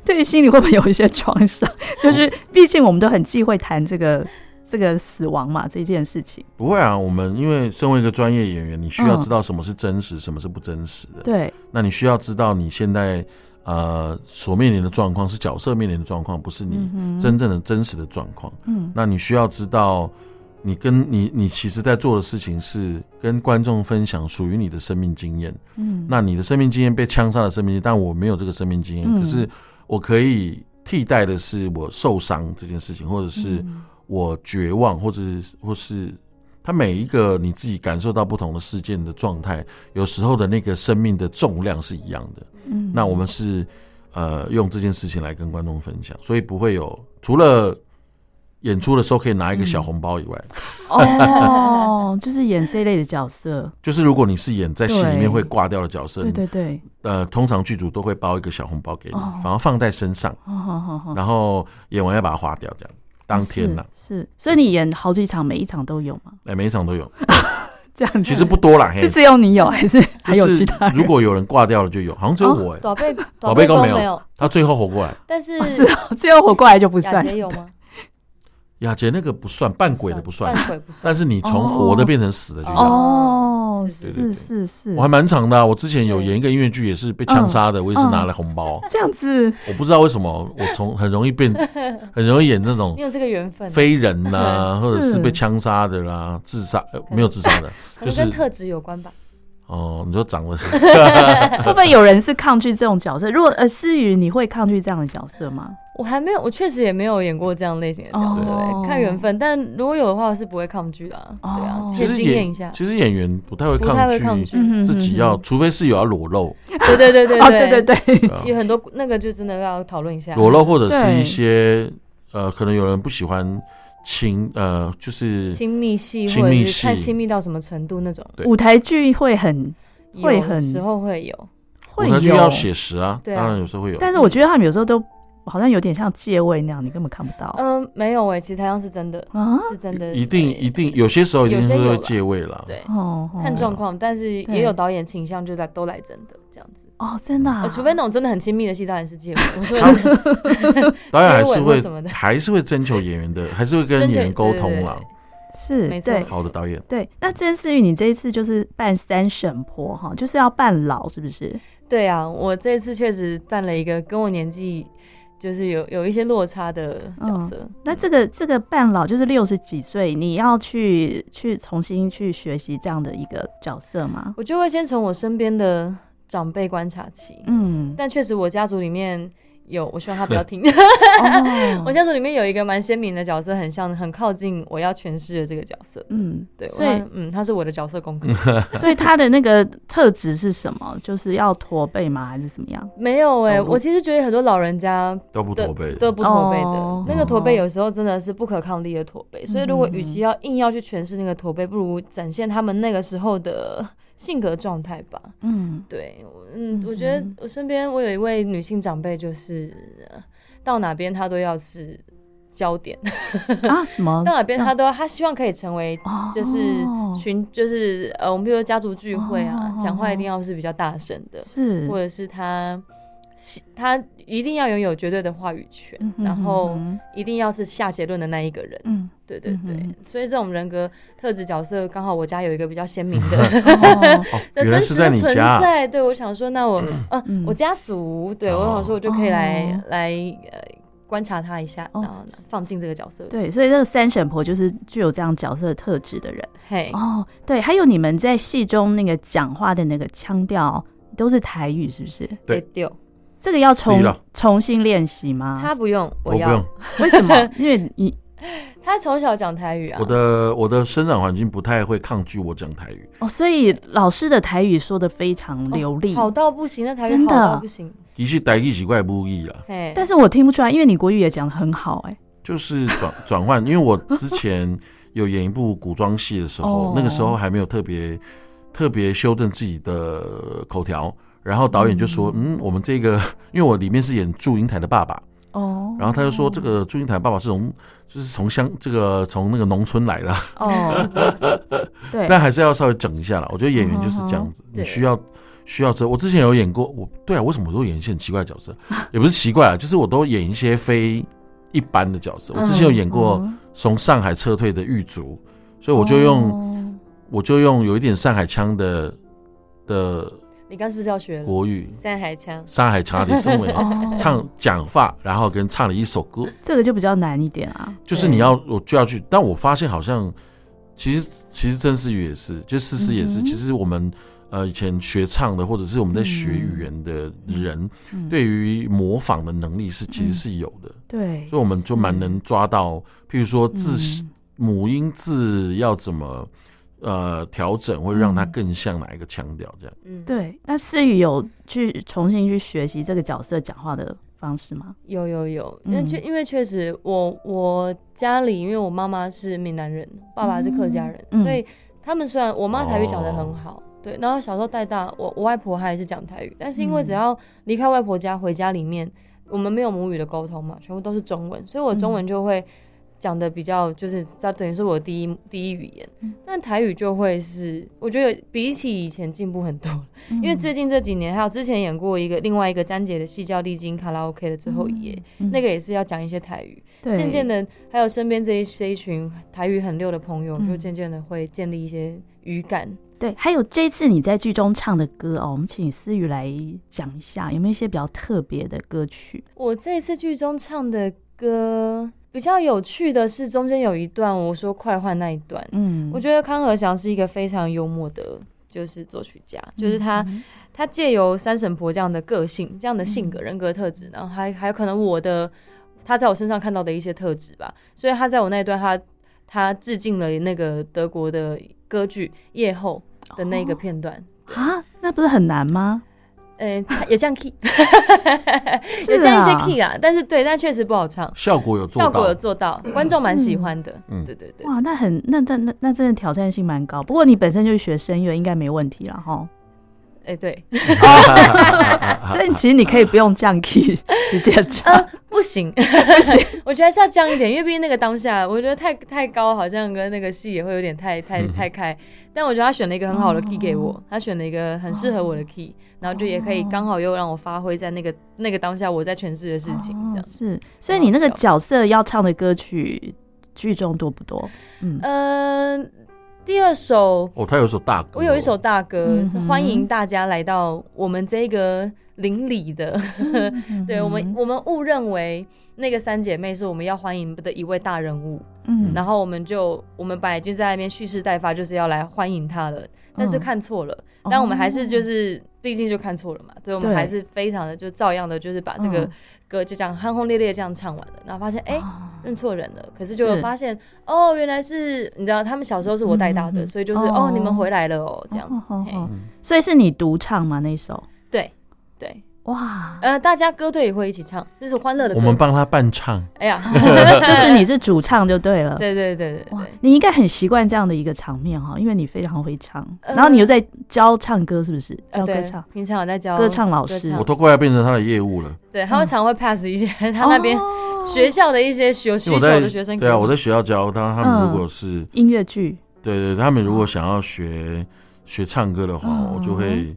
Speaker 1: 对于心理会不会有一些创
Speaker 2: *laughs*
Speaker 1: 伤？就是毕竟我们都很忌讳谈这个这个死亡嘛这件事情。
Speaker 2: 不会啊。我们因为身为一个专业演员，你需要
Speaker 1: 嗯
Speaker 2: 知道什么是真实，什么是不真实的。
Speaker 1: 对，
Speaker 2: 那你需要知道你现在呃所面临的状况是角色面临的状况，不是你
Speaker 1: 嗯哼
Speaker 2: 真正的真实的状况。
Speaker 1: 嗯
Speaker 2: 那你需要知道，你跟你你其实在做的事情是跟观众分享属于你的生命经验。
Speaker 1: 嗯
Speaker 2: 那你的生命经验被枪杀的生命经验，但我没有这个生命经验，
Speaker 1: 嗯
Speaker 2: 可是我可以替代的是我受伤这件事情，或者是
Speaker 1: 嗯
Speaker 2: 我绝望，或者是或是他每一个你自己感受到不同的事件的状态，有时候的那个生命的重量是一样的。
Speaker 1: 嗯
Speaker 2: 那我们是呃用这件事情来跟观众分享，所以不会有除了。演出的时候可以拿
Speaker 1: 嗯
Speaker 2: 一个小红包以外， *laughs*
Speaker 1: 哦，就是演这一类的角色，
Speaker 2: 就是如果你是演在戏里
Speaker 1: 对
Speaker 2: 面会挂掉的角色，
Speaker 1: 对对对，
Speaker 2: 呃，通常剧组都会包一个小红包给你，
Speaker 1: 哦
Speaker 2: 反而放在身上，
Speaker 1: 好哦好好好，
Speaker 2: 然后演完要把它花掉，这样当天呢、
Speaker 1: 是是，所以你演好几场，每一场都有吗？
Speaker 2: 哎、每一场都
Speaker 1: *laughs*
Speaker 2: 有，
Speaker 1: 这样子
Speaker 2: 其实不多啦，嘿
Speaker 1: 是，只有你有，还是还有
Speaker 2: 就是
Speaker 1: 其他人？
Speaker 2: 如果有人挂掉了就有，好像只有我哎、
Speaker 3: 短背
Speaker 2: 宝贝
Speaker 3: 都
Speaker 2: 公没有
Speaker 3: 没有，
Speaker 2: 他最后活哎过来，
Speaker 3: 但是
Speaker 1: 哦是 *laughs* 哦，只有我过来就不
Speaker 3: 雅
Speaker 1: 算
Speaker 3: 洁。有吗？
Speaker 2: 雅杰那个不算，扮 *laughs* 鬼的不算，
Speaker 3: 扮鬼不算。
Speaker 2: 但是你从
Speaker 1: 哦
Speaker 2: 活的变成死的就要。
Speaker 1: 哦，
Speaker 2: 对
Speaker 3: 是
Speaker 1: 是
Speaker 2: 对
Speaker 1: 是是
Speaker 2: 我，还蛮长的啊、我之前有演一个音乐剧，也是被枪杀的，
Speaker 1: 嗯
Speaker 2: 我也是拿了红包。
Speaker 1: 这样子
Speaker 2: 我不知道为什么，我从很容
Speaker 1: *laughs*
Speaker 2: 易变，很容易演那种
Speaker 3: 你有这个缘分，啊
Speaker 2: 非人呐、或者是
Speaker 1: *laughs* 是
Speaker 2: 被枪杀的啦、自杀、呃没有自杀的，就
Speaker 3: 可能
Speaker 2: 是
Speaker 3: 跟特质有关吧。
Speaker 2: 哦，你说长得
Speaker 1: 会不会有人是抗拒这种角色？如果呃，思雨，你会抗拒这样的角色吗？
Speaker 3: 我还没有，我确实也没有演过这样类型的角色、
Speaker 1: 哦
Speaker 3: 哎看缘分。但如果有的话，我是不会抗拒的、啊
Speaker 1: 哦
Speaker 3: 对啊，可
Speaker 2: 其
Speaker 3: 以
Speaker 2: 实
Speaker 3: 经验一
Speaker 2: 演
Speaker 3: 下，
Speaker 2: 其实演员不太会
Speaker 3: 不太
Speaker 2: 抗
Speaker 3: 会
Speaker 2: 拒
Speaker 3: 抗拒。
Speaker 1: 嗯
Speaker 2: 自己要，除非是有要裸
Speaker 3: *laughs*
Speaker 2: 露，
Speaker 3: 对对对
Speaker 1: *laughs*
Speaker 3: 对
Speaker 1: 哦，
Speaker 3: 对
Speaker 1: 对对对，
Speaker 2: 对啊
Speaker 3: 有很多那个就真的要讨论一下。
Speaker 2: 裸露或者是
Speaker 1: 对
Speaker 2: 一些呃，可能有人不喜欢亲呃，就是
Speaker 3: 亲密戏，
Speaker 2: 亲
Speaker 3: 或者
Speaker 2: 密
Speaker 3: 是
Speaker 2: 戏
Speaker 3: 看亲密到什么程度那种，
Speaker 2: 对
Speaker 1: 舞台剧会很会
Speaker 3: 有
Speaker 1: 很
Speaker 3: 时候会有。
Speaker 1: 会
Speaker 2: 舞台剧
Speaker 1: 有
Speaker 2: 要写实啊，
Speaker 3: 对啊
Speaker 2: 当然有时候会有，
Speaker 1: 但是我觉得他们有时候都好像有点像借位那样，你根本看不到。
Speaker 3: 嗯、没有哎、其实台上是真的，
Speaker 1: 啊，
Speaker 3: 是真的，
Speaker 2: 一定
Speaker 3: 对
Speaker 2: 一定有些时候一定
Speaker 3: 有些
Speaker 2: 是
Speaker 3: 有
Speaker 2: 会
Speaker 3: 啦
Speaker 2: 借位啦。
Speaker 3: 对，
Speaker 1: 哦，哦
Speaker 3: 看状况，但是
Speaker 1: 对
Speaker 3: 也有导演倾向就来都来真的这样子。
Speaker 1: 哦，真的、啊
Speaker 3: 呃，除非那种真的很亲密的戏，当然是借我。我说的
Speaker 2: 他
Speaker 3: *laughs* 是
Speaker 2: 当然还
Speaker 3: 接
Speaker 2: 是
Speaker 3: 吻或
Speaker 2: 会
Speaker 3: 什么的
Speaker 2: 还是会征求演员
Speaker 3: *laughs*
Speaker 2: 的，还是会跟
Speaker 3: 真
Speaker 2: 演
Speaker 3: 的
Speaker 2: 员沟通啦。。
Speaker 1: 是
Speaker 3: 没错
Speaker 1: 对
Speaker 3: 对
Speaker 2: 好的导演，
Speaker 1: 对。那郑思雨，你这一次就是扮三婶婆哈，就是要扮老，是不是？
Speaker 3: 对对对对啊，我这次确实扮了一个跟我年纪就是有有一些落差的角色。
Speaker 1: 那这个这个扮老就是六十几岁，你要去去重新去学习这样的一个角色吗？
Speaker 3: 我就会先从我身边的长辈观察起， *laughs*
Speaker 1: 嗯，
Speaker 3: 但确实我家族里面有，我希望他不要听。 *laughs*
Speaker 1: 哦
Speaker 3: 我家族里面有一个蛮鲜明的角色，很像很靠近我要诠释的这个角色。
Speaker 1: 嗯，
Speaker 3: 对，
Speaker 1: 所以
Speaker 3: 我嗯，他是我的角色功课。
Speaker 1: 所以他的那个特质是什么？就是要驼背吗？还是怎么样？
Speaker 3: 没有哎、
Speaker 1: 走路
Speaker 3: 我其实觉得很多老人家
Speaker 2: 都不驼背，
Speaker 3: 都不驼背的，
Speaker 1: 哦
Speaker 3: 那个驼背有时候真的是不可抗力的驼背，所以如果
Speaker 1: 嗯
Speaker 3: 与其要硬要去诠释那个驼背，不如展现他们那个时候的性格状态吧。
Speaker 1: 嗯，
Speaker 3: 对，我嗯，
Speaker 1: 嗯
Speaker 3: 我觉得我身边我有一位女性长辈，就是呃到哪边她都要是焦点。
Speaker 1: 啊，什么？
Speaker 3: 但耳边他都他希望可以成为
Speaker 1: 哦
Speaker 3: 就是群，就是呃，我们比如说家族聚会啊
Speaker 1: 哦，
Speaker 3: 讲话一定要是比较大声的，
Speaker 1: 是嗯
Speaker 3: 或者是他他一定要拥有绝对的话语权，
Speaker 1: 嗯哼
Speaker 3: 然后
Speaker 1: 嗯
Speaker 3: 一定要是下结论的那一个人。
Speaker 1: 嗯，
Speaker 3: 对对对，
Speaker 1: 嗯
Speaker 3: 所以这种人格特质角色，刚好我家有一个比较鲜明
Speaker 2: *laughs*
Speaker 3: 的 *laughs*
Speaker 1: 哦
Speaker 2: 哦，
Speaker 3: 的
Speaker 2: 原来
Speaker 3: 真
Speaker 2: 是
Speaker 3: 实
Speaker 2: 在
Speaker 3: 的
Speaker 2: 你
Speaker 3: 存
Speaker 2: 家啊，
Speaker 3: 在。对，我想
Speaker 2: *clears throat*
Speaker 3: 说，那我呃
Speaker 1: 嗯，
Speaker 3: 我家族，对
Speaker 2: 哦
Speaker 3: 我想说，我就可以来
Speaker 1: 哦
Speaker 3: 来呃观察他一下，
Speaker 1: 哦
Speaker 3: 然后呢放进这个角色。，
Speaker 1: 对，所以这个三婶婆就是具有这样角色特质的人。
Speaker 3: 嘿，
Speaker 1: 哦，对，还有你们在戏中那个讲话的那个腔调都是台语，是不是？
Speaker 2: 对
Speaker 3: 别丢，
Speaker 1: 这个要
Speaker 2: 是
Speaker 1: 重
Speaker 2: 了
Speaker 1: 重新练习吗？
Speaker 3: 他不用，
Speaker 2: 啊哦我不
Speaker 3: 要
Speaker 2: 用。，
Speaker 1: *laughs* 为什么？因为你
Speaker 3: 他从小讲台语啊
Speaker 2: 我，的我的生长环境不太会抗拒我讲台语，
Speaker 1: 哦，所以老师的台语说的非常流 *laughs* 利，
Speaker 3: 好到不行，那台
Speaker 1: 真
Speaker 3: 语
Speaker 1: 的
Speaker 3: 好到不行，
Speaker 2: 的确台语是怪母语啦，
Speaker 3: 嘿，
Speaker 1: 但是我听不出来，因为你国语也讲的很好、哎，
Speaker 2: 就是转 *laughs* 转换，因为我之前有演一部古装戏的时候，
Speaker 1: 哦
Speaker 2: 那个时候还没有特别特别修正自己的口条，然后导演就说，嗯，我们这个，因为我里面是演祝英台的爸爸，
Speaker 1: 哦，
Speaker 2: 然后他就说这个祝英台爸爸是从就是从乡这个从那个农村来的，
Speaker 1: 哦， *laughs* 对，嗯
Speaker 2: *laughs* 但还是要稍微整一下啦。我觉得演员就是这样子，你
Speaker 3: 对
Speaker 2: 需要需要这。我之前有演过，我对啊，为什么我都演一些很奇怪的角色？ *laughs* 也不是奇怪啊，就是我都演一些非一般的角色。我之前有演过
Speaker 1: 嗯
Speaker 2: 从上海撤退的狱卒，所以我就用
Speaker 1: 哦
Speaker 2: 我就用有一点上海腔的的
Speaker 3: 你刚是不是要学了
Speaker 2: 国语，
Speaker 3: 山海腔？
Speaker 2: 上海腔的中文
Speaker 1: *laughs* 哦
Speaker 2: 唱讲话，然后跟唱了一首歌。
Speaker 1: 这个就比较难一点啊，
Speaker 2: 就是你要我就要去，但我发现好像其实其实郑思雨也是，就思思也是，
Speaker 1: 嗯哼
Speaker 2: 其实我们呃以前学唱的，或者是我们在学
Speaker 1: 嗯
Speaker 2: 语言的人，
Speaker 1: 嗯
Speaker 2: 对于模仿的能力是其实是有的，
Speaker 1: 对，
Speaker 2: 所以我们就蛮能抓到，譬如说字、
Speaker 1: 嗯
Speaker 2: 母音字要怎么。呃，调整会让它
Speaker 1: 嗯
Speaker 2: 更像哪一个腔调？这样，
Speaker 3: 嗯，，
Speaker 1: 对，那思雨有去重新去学习这个角色讲话的方式吗？
Speaker 3: 有有有，
Speaker 1: 嗯
Speaker 3: 因为确因为确实我，我家里因为我妈妈是闽南人，爸爸是客家人，
Speaker 1: 嗯哦
Speaker 3: 所以他们虽然我妈台语讲的很好。对，然后小时候带大，我我外婆她也是讲台语，但是因为
Speaker 1: 嗯
Speaker 3: 只要离开外婆家回家里面，我们没有母语的沟通嘛，全部都是中文，所以我
Speaker 1: 嗯
Speaker 3: 中文就会讲的比较就是，它等于是我第一第一语言
Speaker 1: 嗯，
Speaker 3: 但台语就会是我觉得比起以前进步很多了。
Speaker 1: 因
Speaker 3: 因为最近这几年，还有之前演过一个另外一个詹姐的戏叫《历经卡拉 OK 的最后一夜》，那
Speaker 1: 个
Speaker 3: 个也是要讲一些台语。渐渐
Speaker 1: 的，
Speaker 3: 的，还有身边这一这一群台语很溜的朋友，
Speaker 1: 嗯
Speaker 3: 就渐渐的会建立一些语感。
Speaker 1: 对，还有这次你在剧中唱的歌哦，我们请思雨来讲一下，有没有一些比较特别的歌曲？
Speaker 3: 我这一次剧中唱的歌比较有趣的是，中间有一段我说快换那一段，
Speaker 1: 嗯
Speaker 3: 我觉得康和祥是一个非常幽默的。就是作曲家，就是他，
Speaker 1: 嗯
Speaker 3: 他借由三婶婆这样的个性、这样的性格、人格特质，然后还还有可能我的他在我身上看到的一些特质吧，所以他在我那一段他他致敬了那个德国的歌剧《夜后》的那个片段，
Speaker 1: 啊，那不是很难吗？
Speaker 3: 呃，他也降 key，
Speaker 1: *laughs* 是
Speaker 3: 也降一些
Speaker 1: 啊
Speaker 3: key 啦，但是对，但确实不好唱，
Speaker 2: 效果有做
Speaker 3: 效
Speaker 2: 到，
Speaker 3: 果有做到，观众蛮喜欢的，
Speaker 2: 嗯
Speaker 3: 对对对。
Speaker 1: 哇，那很那那那那真的挑战性蛮高。不过你本身就是学声乐，应该没问题了哈。
Speaker 3: 哎、对，
Speaker 1: 所以其实你可以不用降 key *laughs* 直接唱。
Speaker 3: 不行，不行， *laughs* 我觉得还是要降一点，因为毕竟那个当下，我觉得太太高，好像跟那个戏也会有点太太
Speaker 2: 嗯
Speaker 3: 太开。但我觉得他选了一个很好的 key
Speaker 1: 哦
Speaker 3: 给我，他选了一个很适合我的 key，然后就也可以刚好又让我发挥在那个那个当下我在诠释的事情，
Speaker 1: 哦
Speaker 3: 这样。
Speaker 1: 是，所以你那个角色要唱的歌曲剧中多不多？嗯，
Speaker 3: 嗯，第二首
Speaker 2: 哦，他有一首大歌，
Speaker 3: 我有一首大歌，
Speaker 1: 嗯
Speaker 3: 是
Speaker 1: 哼
Speaker 3: 欢迎大家来到我们这个邻里的，呃对我
Speaker 1: 嗯
Speaker 3: 们我们误认为那个三姐妹是我们要欢迎的一位大人物，
Speaker 1: 嗯
Speaker 3: 然后我们就我们本来就在那边蓄势待发，就是要来欢迎她了，但
Speaker 1: 嗯
Speaker 3: 是看错了，但我们还是就是。毕竟就看错了嘛，所以我们
Speaker 1: 哦对
Speaker 3: 还是非常的就照样的，就是把这个
Speaker 1: 嗯
Speaker 3: 歌就这样轰轰烈烈这样唱完了，然后发现哎、
Speaker 1: 哦
Speaker 3: 认错人了，可是就有
Speaker 1: 是
Speaker 3: 发现哦，原来是你知道他们小时候是我带大
Speaker 1: 嗯嗯
Speaker 3: 的，
Speaker 1: 嗯
Speaker 3: 所以就是
Speaker 1: 哦
Speaker 3: 哦你们回来了哦，这样子
Speaker 1: 哦哦，
Speaker 3: 嘿
Speaker 1: 哦
Speaker 2: 嗯
Speaker 1: 所以是你独唱吗？那一首？
Speaker 3: 对对，
Speaker 1: 哇，
Speaker 3: 呃，大家歌队也会一起唱，这是欢乐的歌。
Speaker 2: 我们帮他伴唱，
Speaker 1: *laughs*
Speaker 3: 哎呀， *laughs*
Speaker 1: 就是你是主唱就对了。
Speaker 3: 对对对对
Speaker 1: 哇
Speaker 3: 对，，
Speaker 1: 你应该很习惯这样的一个场面哈，因为你非常会唱，
Speaker 3: 呃
Speaker 1: 然后你又在教唱歌，是不是？
Speaker 3: 呃
Speaker 1: 教歌
Speaker 3: 对
Speaker 1: 唱，
Speaker 3: 平常我在教
Speaker 1: 歌唱老师
Speaker 3: 歌
Speaker 1: 嗯
Speaker 2: 我
Speaker 3: 唱
Speaker 2: 都快要变成他的业务了。
Speaker 3: 对，他会常会 pass 一些 *laughs* 他那边
Speaker 1: 哦
Speaker 3: 学校的一些有需
Speaker 2: 因为我
Speaker 3: 求
Speaker 2: 在
Speaker 3: 的学生嗯给
Speaker 2: 对啊，我在学校教他，他们如果是、
Speaker 1: 音乐剧，
Speaker 2: 对对，他们如果想要学学唱歌的话，
Speaker 1: 嗯
Speaker 2: 我就会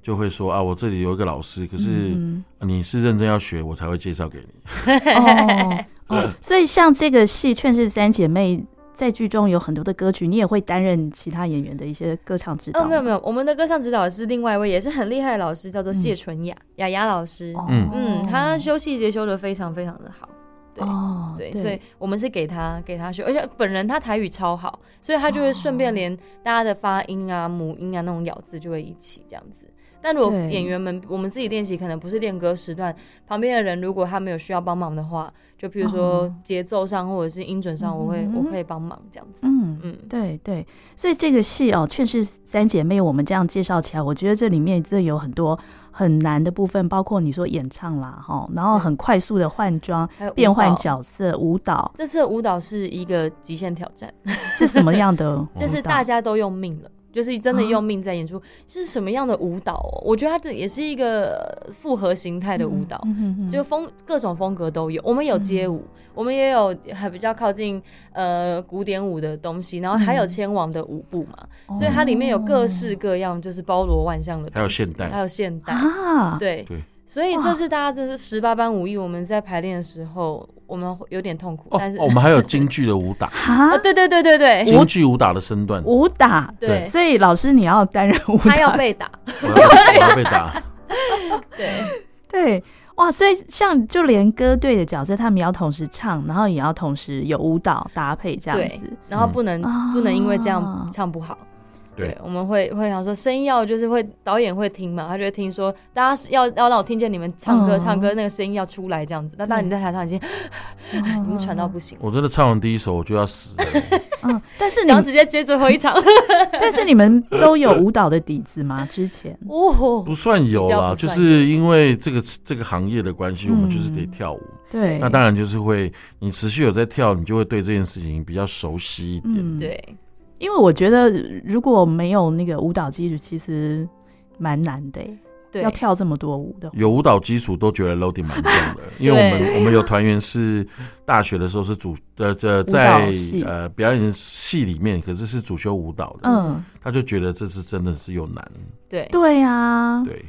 Speaker 2: 就会说啊，我这里有一个老师，可是
Speaker 1: 嗯
Speaker 2: 你是认真要学，我才会介绍给你。
Speaker 1: 哦哦，所以像这个戏《劝世三姐妹》在剧中有很多的歌曲，你也会担任其他演员的一些歌唱指导
Speaker 3: 哦，
Speaker 1: 吗。
Speaker 3: 没有没有，我们的歌唱指导是另外一位也是很厉害的老师，叫做
Speaker 1: 嗯
Speaker 3: 谢纯雅雅雅老师。
Speaker 1: 哦，
Speaker 2: 嗯？
Speaker 3: 嗯，他修细节修的非常非常的好。对
Speaker 1: 哦，
Speaker 3: 对，所以我们是给他给他修，而且本人他台语超好，所以他就会顺
Speaker 1: 哦
Speaker 3: 便连大家的发音啊、母音啊那种咬字就会一起这样子。但如果
Speaker 1: 对
Speaker 3: 演员们我们自己练习，可能不是练歌时段，旁边的人如果他们有需要帮忙的话，就譬如说
Speaker 1: 嗯
Speaker 3: 节奏上或者是音准上，我会、
Speaker 1: 嗯
Speaker 3: 我会帮忙这样子。
Speaker 1: 嗯。
Speaker 3: 嗯，
Speaker 1: 对对，所以这个戏哦，确实三姐妹，我们这样介绍起来，我觉得这里面真的有很多很难的部分，包括你说演唱啦，哈，然后很快速的换装、
Speaker 3: 还有舞
Speaker 1: 变换
Speaker 3: 蹈。
Speaker 1: 角色、舞蹈
Speaker 3: 这次的舞蹈是一个极限挑战，
Speaker 1: 是什么样的
Speaker 3: 就是大家都用命了，就是真
Speaker 1: 啊
Speaker 3: 的用命在演出。是什么样的舞蹈、哦？我觉得它这也是一个呃复合形态的舞蹈，
Speaker 1: 嗯哼哼
Speaker 3: 就风各种风格都有。我们有街舞，我们也有还比较靠近呃古典舞的东西，然后还有
Speaker 1: 嗯哦
Speaker 3: 千王的舞步嘛，所以它里面有各式各样，就是包罗万象的东西。
Speaker 2: 还有现代
Speaker 3: 还有现代，
Speaker 1: 啊，
Speaker 3: 对
Speaker 2: 对。
Speaker 3: 所以
Speaker 1: 哇
Speaker 3: 这次大家真是十八般武艺，我们在排练的时候，我们会有点痛苦，
Speaker 2: 哦
Speaker 3: 但是、
Speaker 2: 哦我们还有京剧的武
Speaker 3: *laughs*
Speaker 2: 打，
Speaker 1: 哈
Speaker 3: 啊，，对对对对对，
Speaker 2: 京剧武打的身段，我
Speaker 1: 武打，
Speaker 2: 对
Speaker 1: 所以老师你要担任舞
Speaker 3: 他要
Speaker 1: 蹈，
Speaker 3: 被打，
Speaker 2: 要我要被
Speaker 3: *laughs*
Speaker 2: 打。
Speaker 3: 对。
Speaker 1: *laughs* 对，哇，所以像就连歌队的角色，他们也要同时唱，然后也要同时有舞蹈搭配这样
Speaker 3: 对
Speaker 1: 子，
Speaker 3: 然后不能、
Speaker 1: 嗯
Speaker 3: 不能因为这
Speaker 1: 啊
Speaker 3: 样唱不好。
Speaker 2: 对，
Speaker 3: 我们会会想说声音要就是会导演会听嘛，他就会听说大家是要要让我听见你们唱歌、
Speaker 1: 嗯
Speaker 3: 唱歌那个声音要出来这样子。那当然你在台上已经已 *laughs* 经
Speaker 1: 嗯
Speaker 3: 喘到不行，
Speaker 2: 我真的唱完第一首我就要死了，
Speaker 1: 嗯，但是你
Speaker 3: 想要
Speaker 1: 们
Speaker 3: 直接接最后一场。
Speaker 1: *laughs* 但是你们都有舞蹈的底子吗？之
Speaker 3: *laughs*
Speaker 1: 前
Speaker 3: 哦，
Speaker 2: 不算有
Speaker 3: 比较
Speaker 2: 啦，
Speaker 3: 不算有
Speaker 2: 就是因为这个这个行业的关系，我们就是得跳舞。
Speaker 1: 嗯对，
Speaker 2: 那当然就是会，你持续有在跳，你就会对这件事情比较熟悉一点。
Speaker 1: 嗯，
Speaker 3: 对，
Speaker 1: 因为我觉得如果没有那个舞蹈基础，其实蛮难的耶，欸
Speaker 3: 对，
Speaker 1: 要跳这么多舞的话，
Speaker 2: 有舞蹈基础都觉得 loading 蛮重的，因为我们我们有团员是大学的时候是主呃呃在
Speaker 1: 系
Speaker 2: 呃表演系里面，可是是主修舞蹈的，
Speaker 1: 嗯，
Speaker 2: 他就觉得这次真的是有难，
Speaker 3: 对。
Speaker 1: 对啊，
Speaker 2: 对，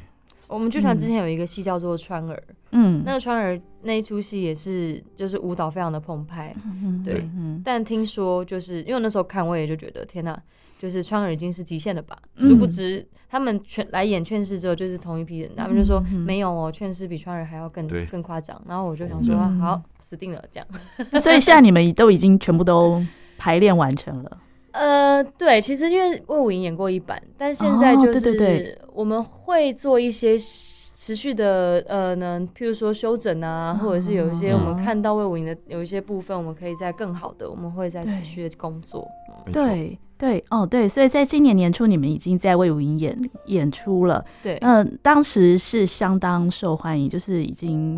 Speaker 3: 我们剧团
Speaker 1: 嗯
Speaker 3: 之前有一个戏叫做《川儿》，
Speaker 1: 嗯，
Speaker 3: 那个《川儿》那一出戏也是就是舞蹈非常的澎湃，
Speaker 1: 嗯
Speaker 3: 对
Speaker 1: 嗯
Speaker 3: 但听说就是因为那时候看我也就觉得天呐，就是川儿已经是极限了吧？
Speaker 1: 嗯
Speaker 3: 殊不知他们全来演劝世之后就是同一批人，他们就说
Speaker 1: 嗯嗯嗯
Speaker 3: 没有哦，劝世比川儿还要更
Speaker 2: 对
Speaker 3: 更夸张。然后我就想说啊
Speaker 1: 嗯
Speaker 3: 好死定了这样。
Speaker 1: 嗯所以现在你们都已经全部都排练完成了，
Speaker 3: 呃，对，其实因为魏武营演过一版，但现在
Speaker 1: 哦
Speaker 3: 就
Speaker 1: 对对对
Speaker 3: 是我们会做一些持续的呃呢，譬如说修整啊，或者是有一些
Speaker 2: 嗯
Speaker 3: 我们看到魏武营的有一些部分，我们可以再更好的，我们会再持续的工作。嗯
Speaker 2: 没错，
Speaker 1: 对对哦对，所以在今年年初你们已经在魏武营演演出了，
Speaker 3: 对，
Speaker 1: 嗯、当时是相当受欢迎，就是已经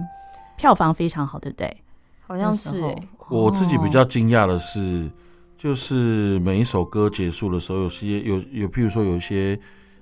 Speaker 1: 票房非常好，对不对？
Speaker 3: 好
Speaker 1: 好
Speaker 3: 像是欸
Speaker 2: 我自
Speaker 1: 哦
Speaker 2: 己比较惊讶的是，就是每一首歌结束的时候，有些有有，譬如说有一些，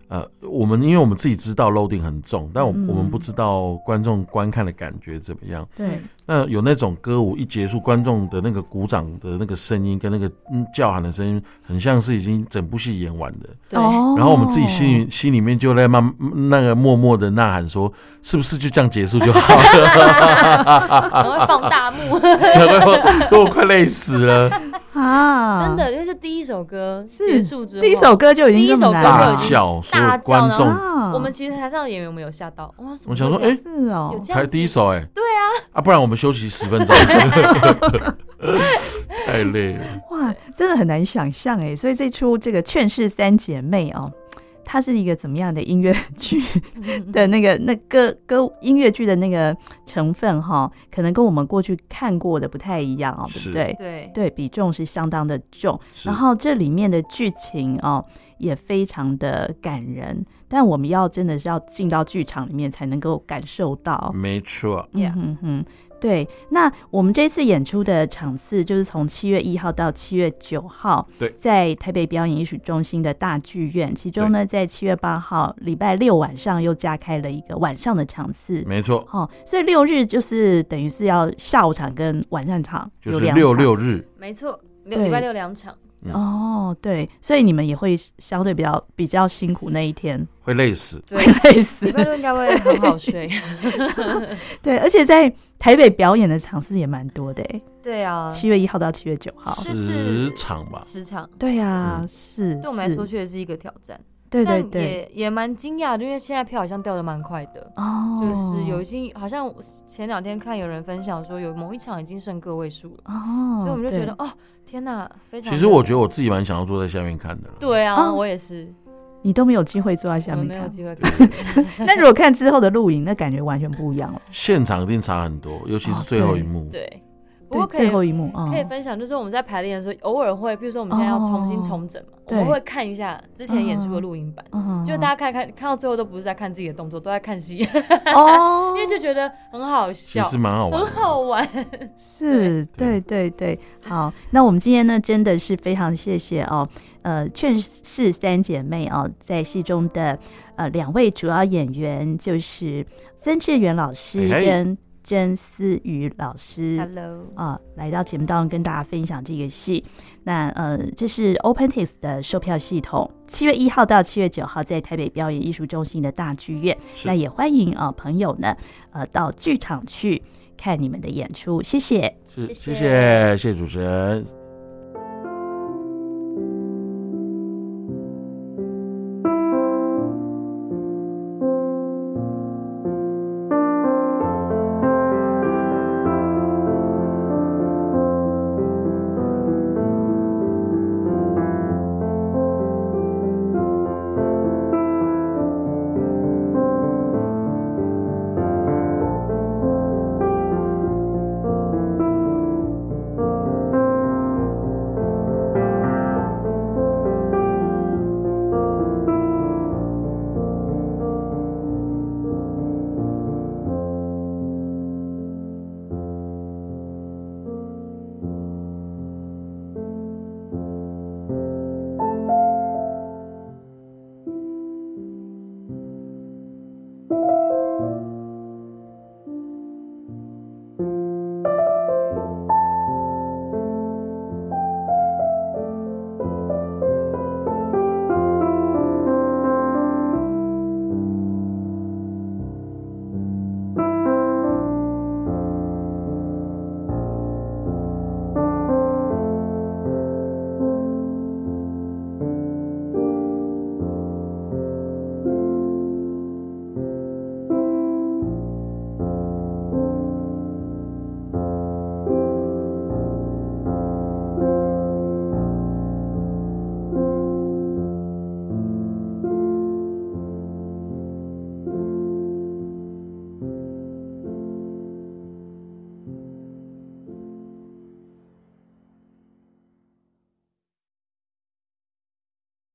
Speaker 2: 呃，我们因为我们自己知道 loading 很重，但我、
Speaker 1: 嗯
Speaker 2: 我们不知道观众观看的感觉怎么样。
Speaker 1: 对
Speaker 2: 那有那种歌舞一结束，观众的那个鼓掌的那个声音跟那个嗯叫喊的声音，很像是已经整部戏演完的。
Speaker 3: 对，
Speaker 1: 哦
Speaker 2: 然后我们自己心里心里面就在慢那个默默的呐喊说，是不是就这样结束就好 *laughs*
Speaker 3: 然后会放大
Speaker 1: *laughs*
Speaker 3: 幕，
Speaker 2: *laughs* 了？我我快累死了。
Speaker 1: 啊，
Speaker 3: *laughs* 真的，因为是第一首歌
Speaker 1: 是
Speaker 3: 结束之后，
Speaker 1: 第一首歌就已经这么难
Speaker 2: 大
Speaker 1: 了
Speaker 3: 第一首歌就已经
Speaker 2: 叫，所
Speaker 3: 大
Speaker 2: 有
Speaker 3: 叫
Speaker 2: 观众
Speaker 3: 然
Speaker 1: 啊
Speaker 3: 我们其实台上的演员我们有吓到，哇，怎么
Speaker 2: 我想说
Speaker 3: 会这样
Speaker 2: 哎
Speaker 1: 是哦
Speaker 3: 有，这样
Speaker 2: 才
Speaker 3: 子
Speaker 2: 第一首哎、
Speaker 3: 对啊，
Speaker 2: 啊，不然我们休息十分
Speaker 3: *laughs*
Speaker 2: 钟，太累了。
Speaker 1: 哇，真的很难想象哎，所以这出这个《劝世三姐妹》哦。它是一个怎么样的音乐剧 *laughs* 的那个那歌歌音乐剧的那个成分哈、可能跟我们过去看过的不太一样哦，对
Speaker 2: 是
Speaker 1: 不对？
Speaker 3: *laughs* 对，
Speaker 1: 对比重是相当的重，
Speaker 2: 是
Speaker 1: 然后这里面的剧情哦也非常的感人。但我们要真的是要进到剧场里面才能够感受到。
Speaker 2: 没错，
Speaker 1: 嗯
Speaker 3: Yeah
Speaker 1: 哼哼，对。那我们这次演出的场次就是从七月一号到七月九号，
Speaker 2: 对
Speaker 1: 在台北表演艺术中心的大剧院。其中呢，在七月八号礼拜六晚上又加开了一个晚上的场次。
Speaker 2: 没错，
Speaker 1: 哦，所以六日就是等于是要下午场跟晚上场
Speaker 2: 就
Speaker 1: 有
Speaker 2: 是
Speaker 1: 两
Speaker 2: 六
Speaker 1: 场
Speaker 2: 六日，
Speaker 3: 没错，六
Speaker 1: 对
Speaker 3: 礼拜六两场，
Speaker 2: 嗯
Speaker 1: 哦，对，所以你们也会相对比较比较辛苦那一天，
Speaker 2: 会累死。
Speaker 1: *laughs*
Speaker 3: 对，
Speaker 1: 累
Speaker 3: 礼
Speaker 1: 死。
Speaker 3: 拜六应该会很好睡。 *laughs*
Speaker 1: 对，而且在台北表演的场次也蛮多的诶，
Speaker 3: 对啊，
Speaker 1: *laughs* 七月一号到七月九号。
Speaker 3: 这次
Speaker 2: 十场吧，
Speaker 3: 十场
Speaker 1: 对呀、
Speaker 2: 嗯
Speaker 1: 是
Speaker 3: 对我们来说
Speaker 1: 是
Speaker 3: 确实是一个挑战，
Speaker 1: 对对
Speaker 3: 但
Speaker 1: 对，
Speaker 3: 也也蛮惊讶的，因为现在票好像掉的蛮快的。
Speaker 1: 哦，
Speaker 3: 就是有一些，好像我前两天看有人分享说，有某一场已经剩个位数了，
Speaker 1: 哦，
Speaker 3: 所以我们就觉
Speaker 1: 对
Speaker 3: 得哦，天哪，非常。
Speaker 2: 其实我觉得我自己蛮想要坐在下面看的了。
Speaker 3: 对啊，
Speaker 1: 哦
Speaker 3: 我也是，
Speaker 1: 你都没有机会坐在
Speaker 3: 我
Speaker 1: 下
Speaker 3: 们
Speaker 1: 面
Speaker 3: 没有
Speaker 1: 看。 *laughs*
Speaker 3: 机会看。
Speaker 1: 那如果看之后的录影，那感觉完全不一样了。
Speaker 2: 现场一定差很多，尤其是
Speaker 1: 哦
Speaker 2: 最后
Speaker 1: 对
Speaker 2: 一幕。
Speaker 3: 对，不
Speaker 1: 对
Speaker 3: 过，可以
Speaker 1: 最后一幕啊，
Speaker 3: 可以分享，就是我们在排练的时候，偶尔会，比如说我们现在要重新重整嘛，我
Speaker 1: 哦对
Speaker 3: 们会看一下之前演出的录音版，
Speaker 1: 嗯
Speaker 3: 就大家看看看到最后都不是在看自己的动作，都在看戏， *laughs* 因
Speaker 1: 家哦，
Speaker 3: 为就觉得很好
Speaker 2: 其
Speaker 3: 笑，
Speaker 2: 实蛮好玩
Speaker 3: 很
Speaker 2: 的，
Speaker 3: 好玩。
Speaker 1: 是，对对
Speaker 2: 对
Speaker 1: 对，好，那我们今天呢，真的是非常谢谢哦，呃，劝世三姐妹哦，在戏中的呃两位主要演员就是曾志远老师
Speaker 2: 嘿嘿
Speaker 1: 跟甄思雨老师。 *laughs*
Speaker 3: Hello，
Speaker 1: 啊、来到节目当中跟大家分享这个戏。那呃，这是 OpenTix 的售票系统，七月一号到七月九号在台北表演艺术中心的大剧院。
Speaker 2: 是
Speaker 1: 那也欢迎啊、呃朋友呢，呃到剧场去看你们的演出，谢谢。
Speaker 2: 是，
Speaker 3: 谢
Speaker 2: 谢
Speaker 3: 谢
Speaker 2: 谢，谢谢主持人，